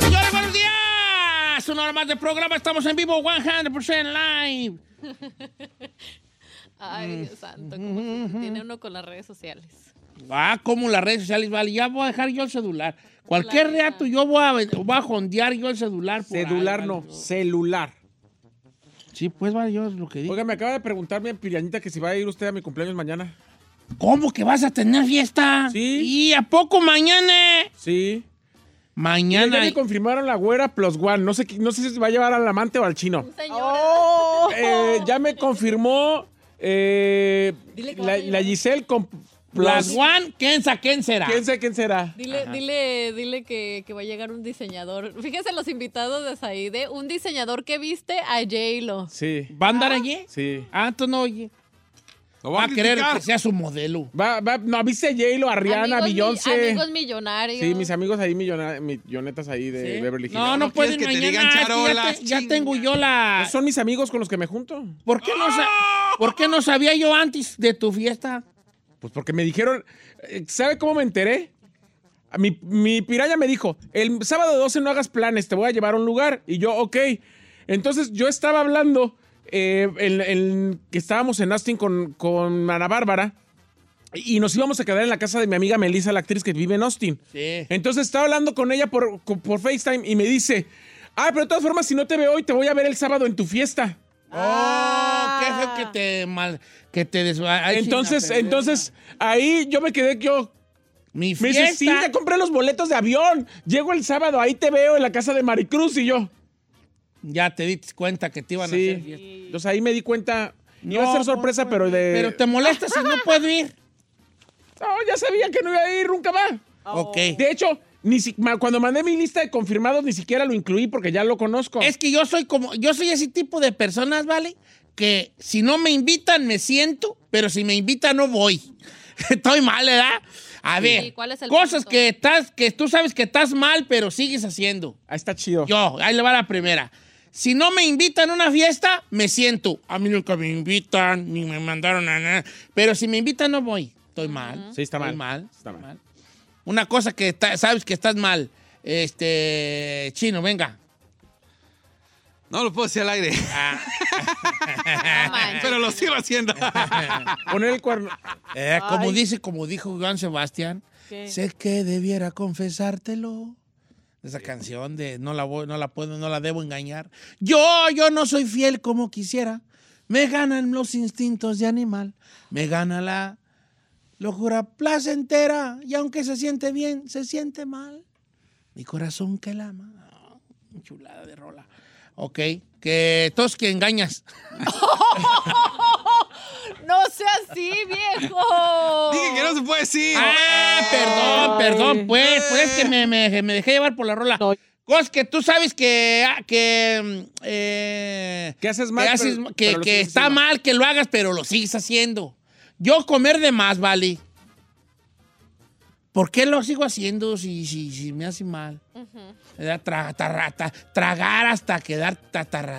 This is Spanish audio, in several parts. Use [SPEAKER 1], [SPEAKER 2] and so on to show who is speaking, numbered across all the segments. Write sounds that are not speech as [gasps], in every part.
[SPEAKER 1] Señores, buenos días. Una hora más de programa. Estamos en vivo, 100% live.
[SPEAKER 2] Mm.
[SPEAKER 3] Ay, Dios santo, cómo se tiene uno con las redes sociales.
[SPEAKER 1] Ah, como las redes sociales. Vale, ya voy a dejar yo el celular. Cualquier rato yo voy a, voy a jondear yo el celular. por ahí,
[SPEAKER 2] Celular
[SPEAKER 1] vale.
[SPEAKER 2] no, celular.
[SPEAKER 1] Sí, pues vale, yo es lo que digo.
[SPEAKER 2] Oiga, me acaba de preguntar mi pirianita que si va a ir usted a mi cumpleaños mañana.
[SPEAKER 1] ¿Cómo que vas a tener fiesta?
[SPEAKER 2] Sí.
[SPEAKER 1] ¿Y a poco mañana?
[SPEAKER 2] Sí. Ya
[SPEAKER 1] Mañana.
[SPEAKER 2] le confirmaron la güera plus one. No sé, qui- no sé si va a llevar al amante o al chino.
[SPEAKER 3] Señora. Oh.
[SPEAKER 2] Eh, ya me confirmó eh,
[SPEAKER 3] Dile que va a
[SPEAKER 2] la,
[SPEAKER 3] llevar.
[SPEAKER 2] la Giselle con
[SPEAKER 1] Plus
[SPEAKER 2] plus
[SPEAKER 1] one, ¿quién sa quién será?
[SPEAKER 2] ¿Quién sé quién será?
[SPEAKER 3] Dile, dile, dile que, que va a llegar un diseñador. Fíjense los invitados de Saide, un diseñador que viste a J-Lo.
[SPEAKER 2] Sí.
[SPEAKER 1] ¿Va a andar allí?
[SPEAKER 2] Sí.
[SPEAKER 1] Ah, entonces no oye.
[SPEAKER 4] Lo
[SPEAKER 1] Va a querer
[SPEAKER 4] criticar.
[SPEAKER 1] que sea su modelo.
[SPEAKER 2] Va, va, no, viste a J-Lo, a Rihanna, a
[SPEAKER 3] Amigos mi-
[SPEAKER 2] Beyoncé.
[SPEAKER 3] Amigos millonarios.
[SPEAKER 2] Sí, mis amigos ahí, millona- millonetas ahí de
[SPEAKER 1] ¿Sí?
[SPEAKER 2] Beverly Hills.
[SPEAKER 1] No, no
[SPEAKER 4] No
[SPEAKER 1] puedes
[SPEAKER 4] quieres que te
[SPEAKER 1] mañana. Ah,
[SPEAKER 4] digan
[SPEAKER 1] es que ya
[SPEAKER 4] charolas,
[SPEAKER 1] te- ya,
[SPEAKER 4] chinga.
[SPEAKER 1] tengo yo la.
[SPEAKER 2] Son mis amigos con los que me junto.
[SPEAKER 1] ¿Por qué, no sa- ¿Por qué no sabía yo antes de tu fiesta?
[SPEAKER 2] Pues porque me dijeron, eh, ¿sabe cómo me enteré? A Mi, mi piraya me dijo, el sábado 12 no hagas planes, te voy a llevar a un lugar. Y yo, ok. Entonces yo estaba hablando, eh, en, en- que estábamos en Austin con, con Ana Bárbara y nos íbamos a quedar en la casa de mi amiga Melissa, la actriz que vive en Austin.
[SPEAKER 1] Sí.
[SPEAKER 2] Entonces estaba hablando con ella por, con- por FaceTime y me dice, ah, pero de todas formas, si no te veo hoy, te voy a ver el sábado en tu fiesta.
[SPEAKER 1] Oh, qué feo que te mal, que te des- ay,
[SPEAKER 2] entonces,
[SPEAKER 1] sin la
[SPEAKER 2] entonces, ahí yo me quedé, yo,
[SPEAKER 1] perdona. mi
[SPEAKER 2] Me
[SPEAKER 1] fiesta.
[SPEAKER 2] dice, sí, ya compré los boletos de avión. Llego el sábado, ahí te veo en la casa de Maricruz y yo.
[SPEAKER 1] ya te diste cuenta que te iban a hacer fiesta.
[SPEAKER 2] Sí. Entonces ahí me di cuenta. Iba
[SPEAKER 1] No,
[SPEAKER 2] a ser sorpresa,
[SPEAKER 1] no,
[SPEAKER 2] pero de.
[SPEAKER 1] Pero te molestas si no puedo
[SPEAKER 2] [laughs]
[SPEAKER 1] ir.
[SPEAKER 2] No, ya sabía que no iba a ir nunca más.
[SPEAKER 1] Ok.
[SPEAKER 2] De hecho, ni si- ma- cuando mandé mi lista de confirmados, ni siquiera lo incluí porque ya lo conozco.
[SPEAKER 1] Es que yo soy como, yo soy ese tipo de personas, ¿vale? Que si no me invitan, me siento, pero si me invitan, no voy. [laughs] Estoy mal, ¿verdad? A ver,
[SPEAKER 3] ¿cuál es el
[SPEAKER 1] cosas
[SPEAKER 3] punto?
[SPEAKER 1] que estás, que tú sabes que estás mal, pero sigues haciendo.
[SPEAKER 2] Ahí Ah, está chido.
[SPEAKER 1] Yo, ahí le va la primera. Si no me invitan a una fiesta, me siento. A mí nunca me invitan, ni me mandaron a nada. Pero si me invitan, no voy. Estoy mal.
[SPEAKER 2] Sí, está
[SPEAKER 1] Estoy
[SPEAKER 2] mal. Está
[SPEAKER 1] estoy
[SPEAKER 2] mal.
[SPEAKER 1] Una cosa que está- sabes que estás mal. Este, chino, venga.
[SPEAKER 4] No lo puedo decir al aire.
[SPEAKER 2] [laughs]
[SPEAKER 3] No manches.
[SPEAKER 4] Pero lo sigo
[SPEAKER 1] [laughs]
[SPEAKER 4] haciendo.
[SPEAKER 2] Poner el cuerno.
[SPEAKER 1] Eh, como dice, como dijo Juan Sebastián, sé que debiera confesártelo. Esa canción de no la voy, no la puedo, no la debo engañar. Yo, yo no soy fiel como quisiera. Me ganan los instintos de animal. Me gana la locura placentera. Y aunque se siente bien, se siente mal. Mi corazón que la ama. Ah, chulada de rola. Ok, que todos que engañas.
[SPEAKER 3] No sea así, viejo.
[SPEAKER 4] Dije que no se puede decir.
[SPEAKER 1] Ah, perdón, perdón, pues. Pues es que me, me- me dejé llevar por la rola. Cosas que tú sabes que. ah, que mm, eh,
[SPEAKER 2] Que haces mal,
[SPEAKER 1] Que,
[SPEAKER 2] pero-
[SPEAKER 1] haces- que-
[SPEAKER 2] pero lo
[SPEAKER 1] que
[SPEAKER 2] sigues
[SPEAKER 1] está
[SPEAKER 2] haciendo.
[SPEAKER 1] mal que lo hagas, pero lo sigues haciendo. Yo comer de más, vale. ¿Por qué lo sigo haciendo si, si, si me hace mal? Era tra- tarra- ta- tragar hasta quedar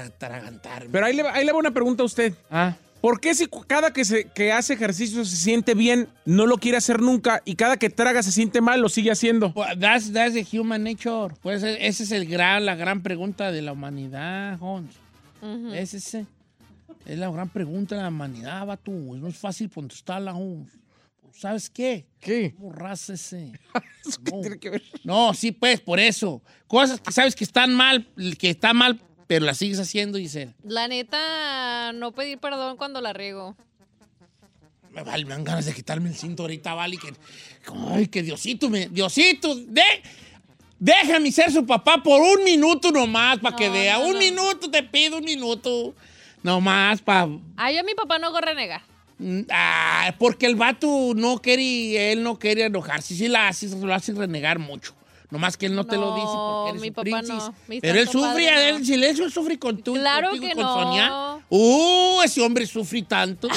[SPEAKER 1] tatarragantarme.
[SPEAKER 2] Pero ahí le, va- ahí le va una pregunta a usted.
[SPEAKER 1] ah.
[SPEAKER 2] ¿Por qué si cu- cada que, se, que hace ejercicio se siente bien, no lo quiere hacer nunca y cada que traga se siente mal, lo sigue haciendo?
[SPEAKER 1] Well, Pues, That's, that's the human nature. Pues e- esa es el gran, la gran pregunta de la humanidad, Jones. Es ese. Es la gran pregunta de la humanidad, vato. No es fácil contestarla, Jones. ¿Sabes qué?
[SPEAKER 2] ¿Qué?
[SPEAKER 1] ¿Cómo raza ese? No.
[SPEAKER 2] tiene que ver?
[SPEAKER 1] No, sí, pues, por eso. Cosas que sabes que están mal, que está mal, pero las sigues haciendo, Giselle.
[SPEAKER 3] La neta, no pedir perdón cuando la riego.
[SPEAKER 1] Me, vale, me dan ganas de quitarme el cinto ahorita, vale. Que, ay, que Diosito, me, Diosito, de, déjame ser su papá por un minuto nomás, para que
[SPEAKER 3] No,
[SPEAKER 1] vea.
[SPEAKER 3] no,
[SPEAKER 1] un
[SPEAKER 3] no.
[SPEAKER 1] minuto, te pido un minuto. Nomás, para.
[SPEAKER 3] Ay, a mi papá no go renega.
[SPEAKER 1] Mm, ah, porque el vato no quiere, él no quiere enojarse. Si la haces, lo haces renegar mucho. Nomás que él no, te lo dice
[SPEAKER 3] No,
[SPEAKER 1] porque eres
[SPEAKER 3] mi
[SPEAKER 1] un
[SPEAKER 3] papá
[SPEAKER 1] princis.
[SPEAKER 3] no. Mi
[SPEAKER 1] Pero él
[SPEAKER 3] santo
[SPEAKER 1] sufre,
[SPEAKER 3] padre
[SPEAKER 1] él
[SPEAKER 3] no.
[SPEAKER 1] en silencio sufre con tú.
[SPEAKER 3] Claro
[SPEAKER 1] contigo
[SPEAKER 3] que
[SPEAKER 1] y con
[SPEAKER 3] no. [laughs]
[SPEAKER 1] Sonia. Uh, ese hombre sufre tanto.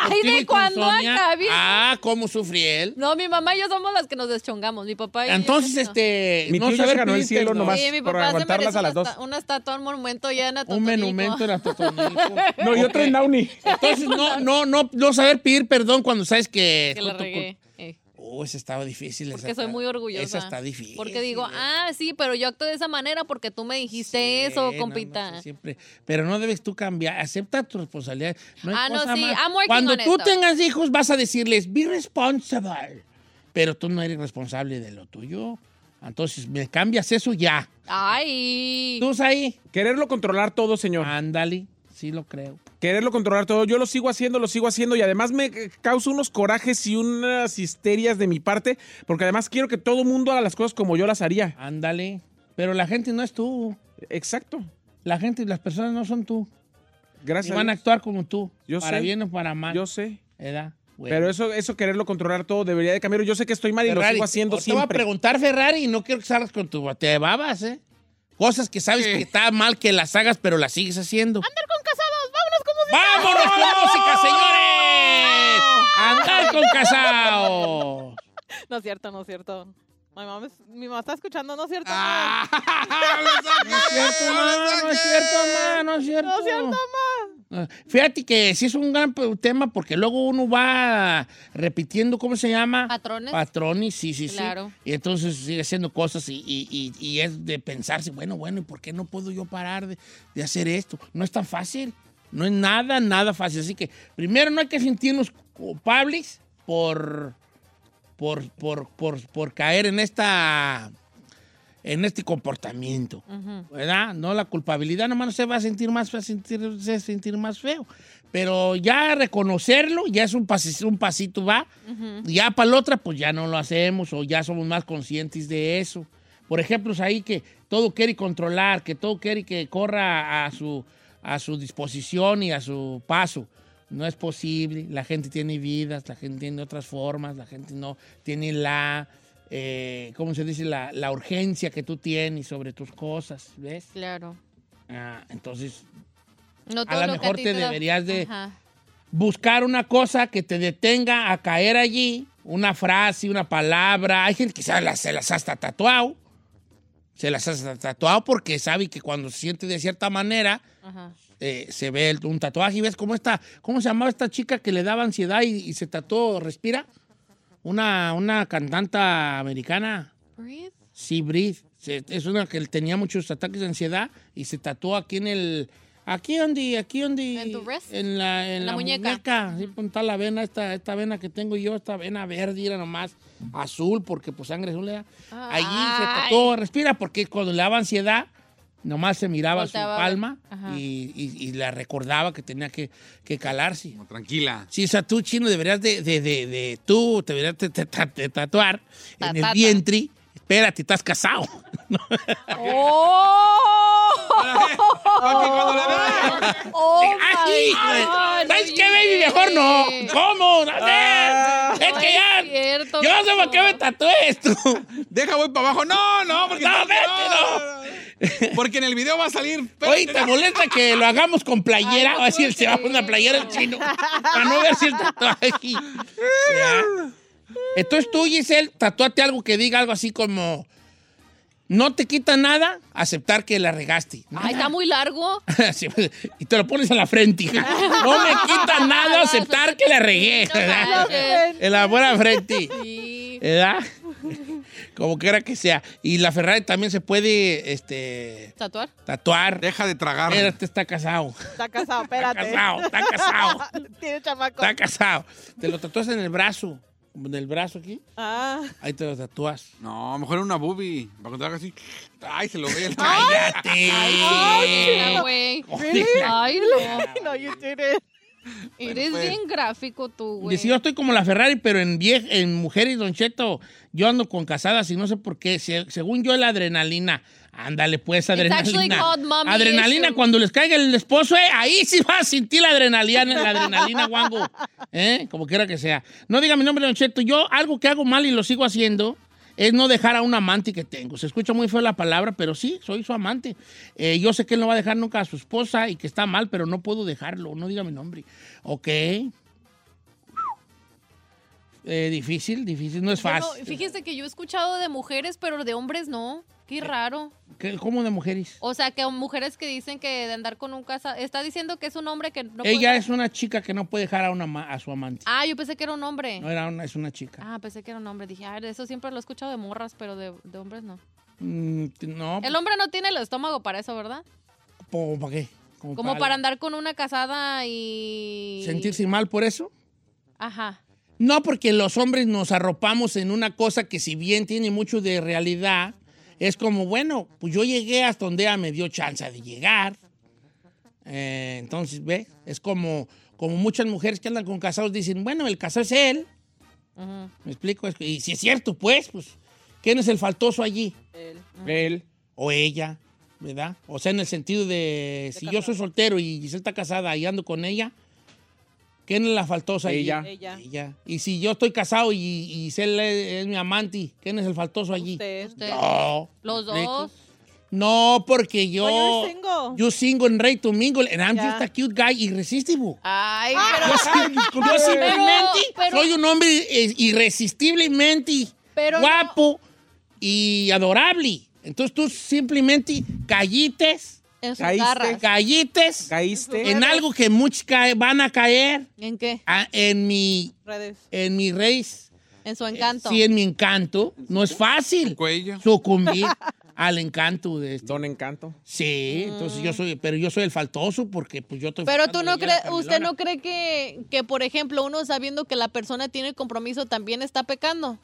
[SPEAKER 1] Ay,
[SPEAKER 3] ¿de cuándo acá, bien?
[SPEAKER 1] Ah, cómo sufre él.
[SPEAKER 3] No, mi mamá y yo somos las que nos deschongamos. Mi papá y yo
[SPEAKER 1] Entonces,
[SPEAKER 3] casi no.
[SPEAKER 1] este.
[SPEAKER 2] Mi tío ya
[SPEAKER 1] saber
[SPEAKER 2] se ganó el
[SPEAKER 1] pedir
[SPEAKER 2] cielo
[SPEAKER 1] perdón.
[SPEAKER 2] nomás.
[SPEAKER 3] Sí, mi
[SPEAKER 2] por
[SPEAKER 3] papá se
[SPEAKER 2] aguantarlas
[SPEAKER 3] merece
[SPEAKER 2] a las
[SPEAKER 3] una,
[SPEAKER 2] dos.
[SPEAKER 3] esta- una estatua, un monumento ya en
[SPEAKER 1] Un
[SPEAKER 3] Atotonilco.
[SPEAKER 1] menumento en Atotonilco.
[SPEAKER 3] [laughs]
[SPEAKER 2] No, y otro en Downey.
[SPEAKER 1] Entonces, no, no, no, no saber pedir perdón cuando sabes que.
[SPEAKER 3] Que la
[SPEAKER 1] fue tu
[SPEAKER 3] regué. eh,
[SPEAKER 1] cul- Oh, esa estaba difícil. esa
[SPEAKER 3] porque soy
[SPEAKER 1] está-
[SPEAKER 3] muy orgullosa.
[SPEAKER 1] Esa está difícil.
[SPEAKER 3] Porque digo,
[SPEAKER 1] eh.
[SPEAKER 3] ah, sí, pero yo acto de esa manera porque tú me dijiste
[SPEAKER 1] Sí,
[SPEAKER 3] eso,
[SPEAKER 1] no, no,
[SPEAKER 3] compita.
[SPEAKER 1] sí, siempre. Pero no debes tú cambiar. Acepta tu responsabilidad. No hay
[SPEAKER 3] Ah, no,
[SPEAKER 1] cosa
[SPEAKER 3] sí,
[SPEAKER 1] más.
[SPEAKER 3] I'm working
[SPEAKER 1] Cuando
[SPEAKER 3] on
[SPEAKER 1] tú
[SPEAKER 3] it, though.
[SPEAKER 1] tengas hijos, vas a decirles, be responsible. Pero tú no eres responsable de lo tuyo. Entonces, me cambias eso ya.
[SPEAKER 3] Ay.
[SPEAKER 1] ¿Tú ahí?
[SPEAKER 2] Quererlo controlar todo, señor.
[SPEAKER 1] Ándale. Sí, lo creo.
[SPEAKER 2] Quererlo controlar todo. Yo lo sigo haciendo, lo sigo haciendo y además me eh, causa unos corajes y unas histerias de mi parte porque además quiero que todo mundo haga las cosas como yo las haría.
[SPEAKER 1] Ándale. Pero la gente no es tú.
[SPEAKER 2] Exacto.
[SPEAKER 1] La gente y las personas no son tú. Ni
[SPEAKER 2] Gracias.
[SPEAKER 1] van a actuar como tú.
[SPEAKER 2] Yo
[SPEAKER 1] para
[SPEAKER 2] sé.
[SPEAKER 1] bien o para mal.
[SPEAKER 2] Yo sé.
[SPEAKER 1] ¿Edad? Güey.
[SPEAKER 2] Pero eso, eso quererlo controlar todo debería de cambiar. Yo sé que estoy mal y lo
[SPEAKER 1] Ferrari,
[SPEAKER 2] sigo haciendo
[SPEAKER 1] ahorita voy a
[SPEAKER 2] siempre.
[SPEAKER 1] preguntar, Ferrari, y no quiero que salgas con tu bate de babas, ¿eh? Cosas que sabes
[SPEAKER 4] Sí.
[SPEAKER 1] que está mal que las hagas, pero las sigues haciendo.
[SPEAKER 3] Andar con casados, vámonos como si.
[SPEAKER 1] ¡Vámonos con música, señores! ¡Andar con casados!
[SPEAKER 5] No es cierto, no es cierto. Mi mamá, es- mi mamá está escuchando, no es cierto. ma.
[SPEAKER 4] Ah,
[SPEAKER 1] No es cierto, ma, no es cierto, ma, no es cierto.
[SPEAKER 5] No es cierto,
[SPEAKER 1] Ah, Fíjate que sí es un gran p- tema porque luego uno va repitiendo, ¿cómo se llama?
[SPEAKER 3] Patrones.
[SPEAKER 1] Patrones, sí, sí, sí.
[SPEAKER 3] Claro.
[SPEAKER 1] Y entonces sigue haciendo cosas y, y- y- y es de pensarse, bueno, bueno, ¿y por qué no puedo yo parar de, de hacer esto? No es tan fácil, no es nada, nada fácil. Así que primero no hay que sentirnos culpables por, por, por, por, por caer en esta en este comportamiento, ¿verdad? No, la culpabilidad nomás no se va a sentir más, va a sentir, se va a sentir más feo, pero ya reconocerlo, ya es un pasito, un pasito va, ya para la otra, pues ya no lo hacemos o ya somos más conscientes de eso. Por ejemplo, es ahí que todo quiere controlar, que todo quiere que corra a su, a su disposición y a su paso. No es posible, la gente tiene vidas, la gente tiene otras formas, la gente no tiene la, eh, ¿cómo se dice? La, la urgencia que tú tienes sobre tus cosas, ¿ves?
[SPEAKER 3] Claro.
[SPEAKER 1] Ah, entonces,
[SPEAKER 3] No
[SPEAKER 1] a lo mejor
[SPEAKER 3] ti
[SPEAKER 1] te
[SPEAKER 3] da-
[SPEAKER 1] deberías de
[SPEAKER 3] Ajá.
[SPEAKER 1] buscar una cosa que te detenga a caer allí, una frase, una palabra. Hay gente que se las, se las hasta tatuado. Se las hasta tatuado porque sabe que cuando se siente de cierta manera,
[SPEAKER 3] Ajá.
[SPEAKER 1] eh, se ve el- un tatuaje. Y ves cómo está, cómo se llamaba esta chica que le daba ansiedad y, y se tatuó, respira. Una, una cantante americana.
[SPEAKER 3] Breathe.
[SPEAKER 1] Sí, Brid. Se- Es una que tenía muchos ataques de ansiedad y se tatuó aquí en el. Aquí donde, aquí donde.
[SPEAKER 3] ¿En tu wrist?
[SPEAKER 1] En la, en
[SPEAKER 3] En
[SPEAKER 1] la
[SPEAKER 3] la
[SPEAKER 1] muñeca.
[SPEAKER 3] muñeca.
[SPEAKER 1] Sí, punta la vena, esta, esta vena que tengo yo, esta vena verde, era nomás azul, porque pues sangre azul le da. Allí se
[SPEAKER 3] Ay.
[SPEAKER 1] tatuó, respira, porque cuando le daba ansiedad, nomás se miraba
[SPEAKER 3] Volteaba a
[SPEAKER 1] su
[SPEAKER 3] ver.
[SPEAKER 1] palma
[SPEAKER 3] Ajá.
[SPEAKER 1] y, y- y la recordaba que tenía que, que calarse.
[SPEAKER 4] No, tranquila.
[SPEAKER 1] Sí, o sea, tú, chino, deberías de, de, de, de- tú, te deberías de, de- de- de tatuar
[SPEAKER 3] Ta,
[SPEAKER 1] en
[SPEAKER 3] ta,
[SPEAKER 1] el
[SPEAKER 3] ta.
[SPEAKER 1] vientre. Espérate, estás casado. [laughs]
[SPEAKER 4] Porque cuando le veas-
[SPEAKER 3] [laughs] Oh,
[SPEAKER 1] ¡Ah, sí,
[SPEAKER 3] my
[SPEAKER 1] hijo de-
[SPEAKER 3] God,
[SPEAKER 1] ¿Sabes
[SPEAKER 3] no
[SPEAKER 1] qué, baby?
[SPEAKER 3] llegué.
[SPEAKER 1] Mejor no. ¿Cómo? No sé. es
[SPEAKER 3] no
[SPEAKER 1] que
[SPEAKER 3] es
[SPEAKER 1] ya.
[SPEAKER 3] cierto,
[SPEAKER 1] yo no sé por
[SPEAKER 3] Beto.
[SPEAKER 1] qué me tatué esto.
[SPEAKER 4] Deja, voy para abajo. No, no, porque.
[SPEAKER 1] No,
[SPEAKER 4] vete, no. Porque en el video va a salir.
[SPEAKER 1] Oye,
[SPEAKER 4] Espérate,
[SPEAKER 1] ¿te molesta que lo hagamos con playera?
[SPEAKER 3] Ay, no
[SPEAKER 1] Va a decir,
[SPEAKER 3] puedo
[SPEAKER 1] se va a poner una
[SPEAKER 3] creer.
[SPEAKER 1] playera el chino. Para no ver si el tatuaje. Ya. Entonces tú, Giselle, tatuate algo que diga algo así como. No te quita nada aceptar que la regaste.
[SPEAKER 3] Ay,
[SPEAKER 1] [laughs]
[SPEAKER 3] está muy largo.
[SPEAKER 1] Sí, pues, y te lo pones a la frente, hija. No me quita nada aceptar que la regué.
[SPEAKER 3] No
[SPEAKER 1] ¿verdad?
[SPEAKER 3] manches.
[SPEAKER 1] en la buena frente.
[SPEAKER 3] Sí.
[SPEAKER 1] ¿Verdad? Como quiera que sea. Y la Ferrari también se puede este,
[SPEAKER 3] ¿Tatuar?
[SPEAKER 1] tatuar.
[SPEAKER 4] Deja de tragar.
[SPEAKER 1] Espérate, está casado.
[SPEAKER 5] Está casado,
[SPEAKER 1] Está
[SPEAKER 5] espérate.
[SPEAKER 1] casado, está
[SPEAKER 5] [laughs]
[SPEAKER 1] casado.
[SPEAKER 5] Tiene chamaco.
[SPEAKER 1] Está casado. Te lo tatúas en el brazo. como En el brazo aquí.
[SPEAKER 5] Ah.
[SPEAKER 1] Ahí te lo tatúas.
[SPEAKER 4] No, mejor era una boobie. Para contar así. Ay, se lo ve el
[SPEAKER 1] ¡Cállate!
[SPEAKER 3] Ah, güey.
[SPEAKER 1] Joder.
[SPEAKER 3] Ay,
[SPEAKER 1] [laughs]
[SPEAKER 3] no.
[SPEAKER 5] No, you did it.
[SPEAKER 3] Eres
[SPEAKER 4] pues.
[SPEAKER 3] bien gráfico tú, güey.
[SPEAKER 1] Dice, yo estoy como la Ferrari, pero en, vie- en mujeres, Don Cheto, yo ando con casadas y no sé por qué. Se- según yo, la adrenalina. Ándale, pues,
[SPEAKER 3] actually
[SPEAKER 1] adrenalina.
[SPEAKER 3] called mommy
[SPEAKER 1] Adrenalina,
[SPEAKER 3] issue.
[SPEAKER 1] cuando les caiga el esposo, eh, ahí sí vas a sentir la adrenalina, la adrenalina, guango. ¿Eh? Como quiera que sea. No diga mi nombre, Don Cheto. Yo algo que hago mal y lo sigo haciendo es no dejar a un amante que tengo. Se escucha muy feo la palabra, pero sí, soy su amante. Eh, yo sé que él no va a dejar nunca a su esposa y que está mal, pero no puedo dejarlo. No diga mi nombre. Ok. Eh, difícil, difícil, no es
[SPEAKER 3] Yo no-
[SPEAKER 1] fácil.
[SPEAKER 3] fíjese que yo he escuchado de mujeres, pero de hombres no.
[SPEAKER 1] Eh.
[SPEAKER 3] Qué raro.
[SPEAKER 1] ¿Qué- ¿Cómo de mujeres?
[SPEAKER 3] O sea, que mujeres que dicen que de andar con un casa... Está diciendo que es un hombre que no puede-
[SPEAKER 1] Ella es una chica que no puede dejar a, una, ma- a su amante.
[SPEAKER 3] Ah, yo pensé que era un hombre.
[SPEAKER 1] No era una, es una chica.
[SPEAKER 3] Ah, pensé que era un hombre. Dije, ah, eso siempre lo he escuchado de morras, pero de, de hombres no.
[SPEAKER 1] Mm, no,
[SPEAKER 3] El hombre no tiene el estómago para eso, ¿verdad?
[SPEAKER 1] po- ¿para qué? Como,
[SPEAKER 3] Como para andar con una casada y...
[SPEAKER 1] ¿Sentirse mal por eso?
[SPEAKER 3] Ajá.
[SPEAKER 1] No, porque los hombres nos arropamos en una cosa que si bien tiene mucho de realidad, es como, bueno, pues yo llegué hasta donde ella me dio chance de llegar. Eh, entonces, ¿ves? Es como, como muchas mujeres que andan con casados dicen, bueno, el casado es él.
[SPEAKER 3] Ujú.
[SPEAKER 1] ¿Me explico? Es que- Y si es cierto, pues, pues, ¿quién es el faltoso allí?
[SPEAKER 5] Él.
[SPEAKER 2] Él.
[SPEAKER 1] o ella, ¿verdad? O sea, en el sentido de, si yo soy soltero y Giselle está casada y ando con ella, ¿quién es la faltosa? allí?
[SPEAKER 2] Ella.
[SPEAKER 5] Ella.
[SPEAKER 1] Ella. Y si yo estoy casado y, y Giselle es, es mi amante, ¿quién es el faltoso allí?
[SPEAKER 5] Usted.
[SPEAKER 3] Usted.
[SPEAKER 1] No.
[SPEAKER 3] Los
[SPEAKER 1] ¿me explico?
[SPEAKER 3] dos.
[SPEAKER 1] No, porque
[SPEAKER 6] Pues
[SPEAKER 1] yo...
[SPEAKER 5] No, you're single.
[SPEAKER 1] Yo single and ready to mingle and I'm
[SPEAKER 5] Ya.
[SPEAKER 1] just a cute guy irresistible.
[SPEAKER 5] Ay,
[SPEAKER 1] Yo, sim- yo simplemente
[SPEAKER 3] pero-
[SPEAKER 1] soy un hombre eh, irresistiblemente
[SPEAKER 3] Pero
[SPEAKER 1] guapo y adorable. Entonces tú simplemente callites,
[SPEAKER 3] En sus
[SPEAKER 2] Caíste.
[SPEAKER 3] garras.
[SPEAKER 1] callites
[SPEAKER 2] Caíste.
[SPEAKER 1] en algo que muchos cae- van a caer
[SPEAKER 3] ¿En qué?
[SPEAKER 1] a- en mi,
[SPEAKER 5] redes.
[SPEAKER 1] en mi race,
[SPEAKER 3] En su encanto.
[SPEAKER 1] sí, en mi encanto. No es fácil
[SPEAKER 4] Cuello.
[SPEAKER 1] sucumbir al encanto de esto.
[SPEAKER 2] Don Encanto.
[SPEAKER 1] Sí, entonces yo soy, pero yo soy el faltoso porque pues yo estoy
[SPEAKER 3] Mm. Pero tú
[SPEAKER 1] faltando
[SPEAKER 3] no
[SPEAKER 1] yo a la
[SPEAKER 3] crees, usted
[SPEAKER 1] Carmelona.
[SPEAKER 3] no cree que, que, por ejemplo, uno sabiendo que la persona tiene el compromiso también está pecando.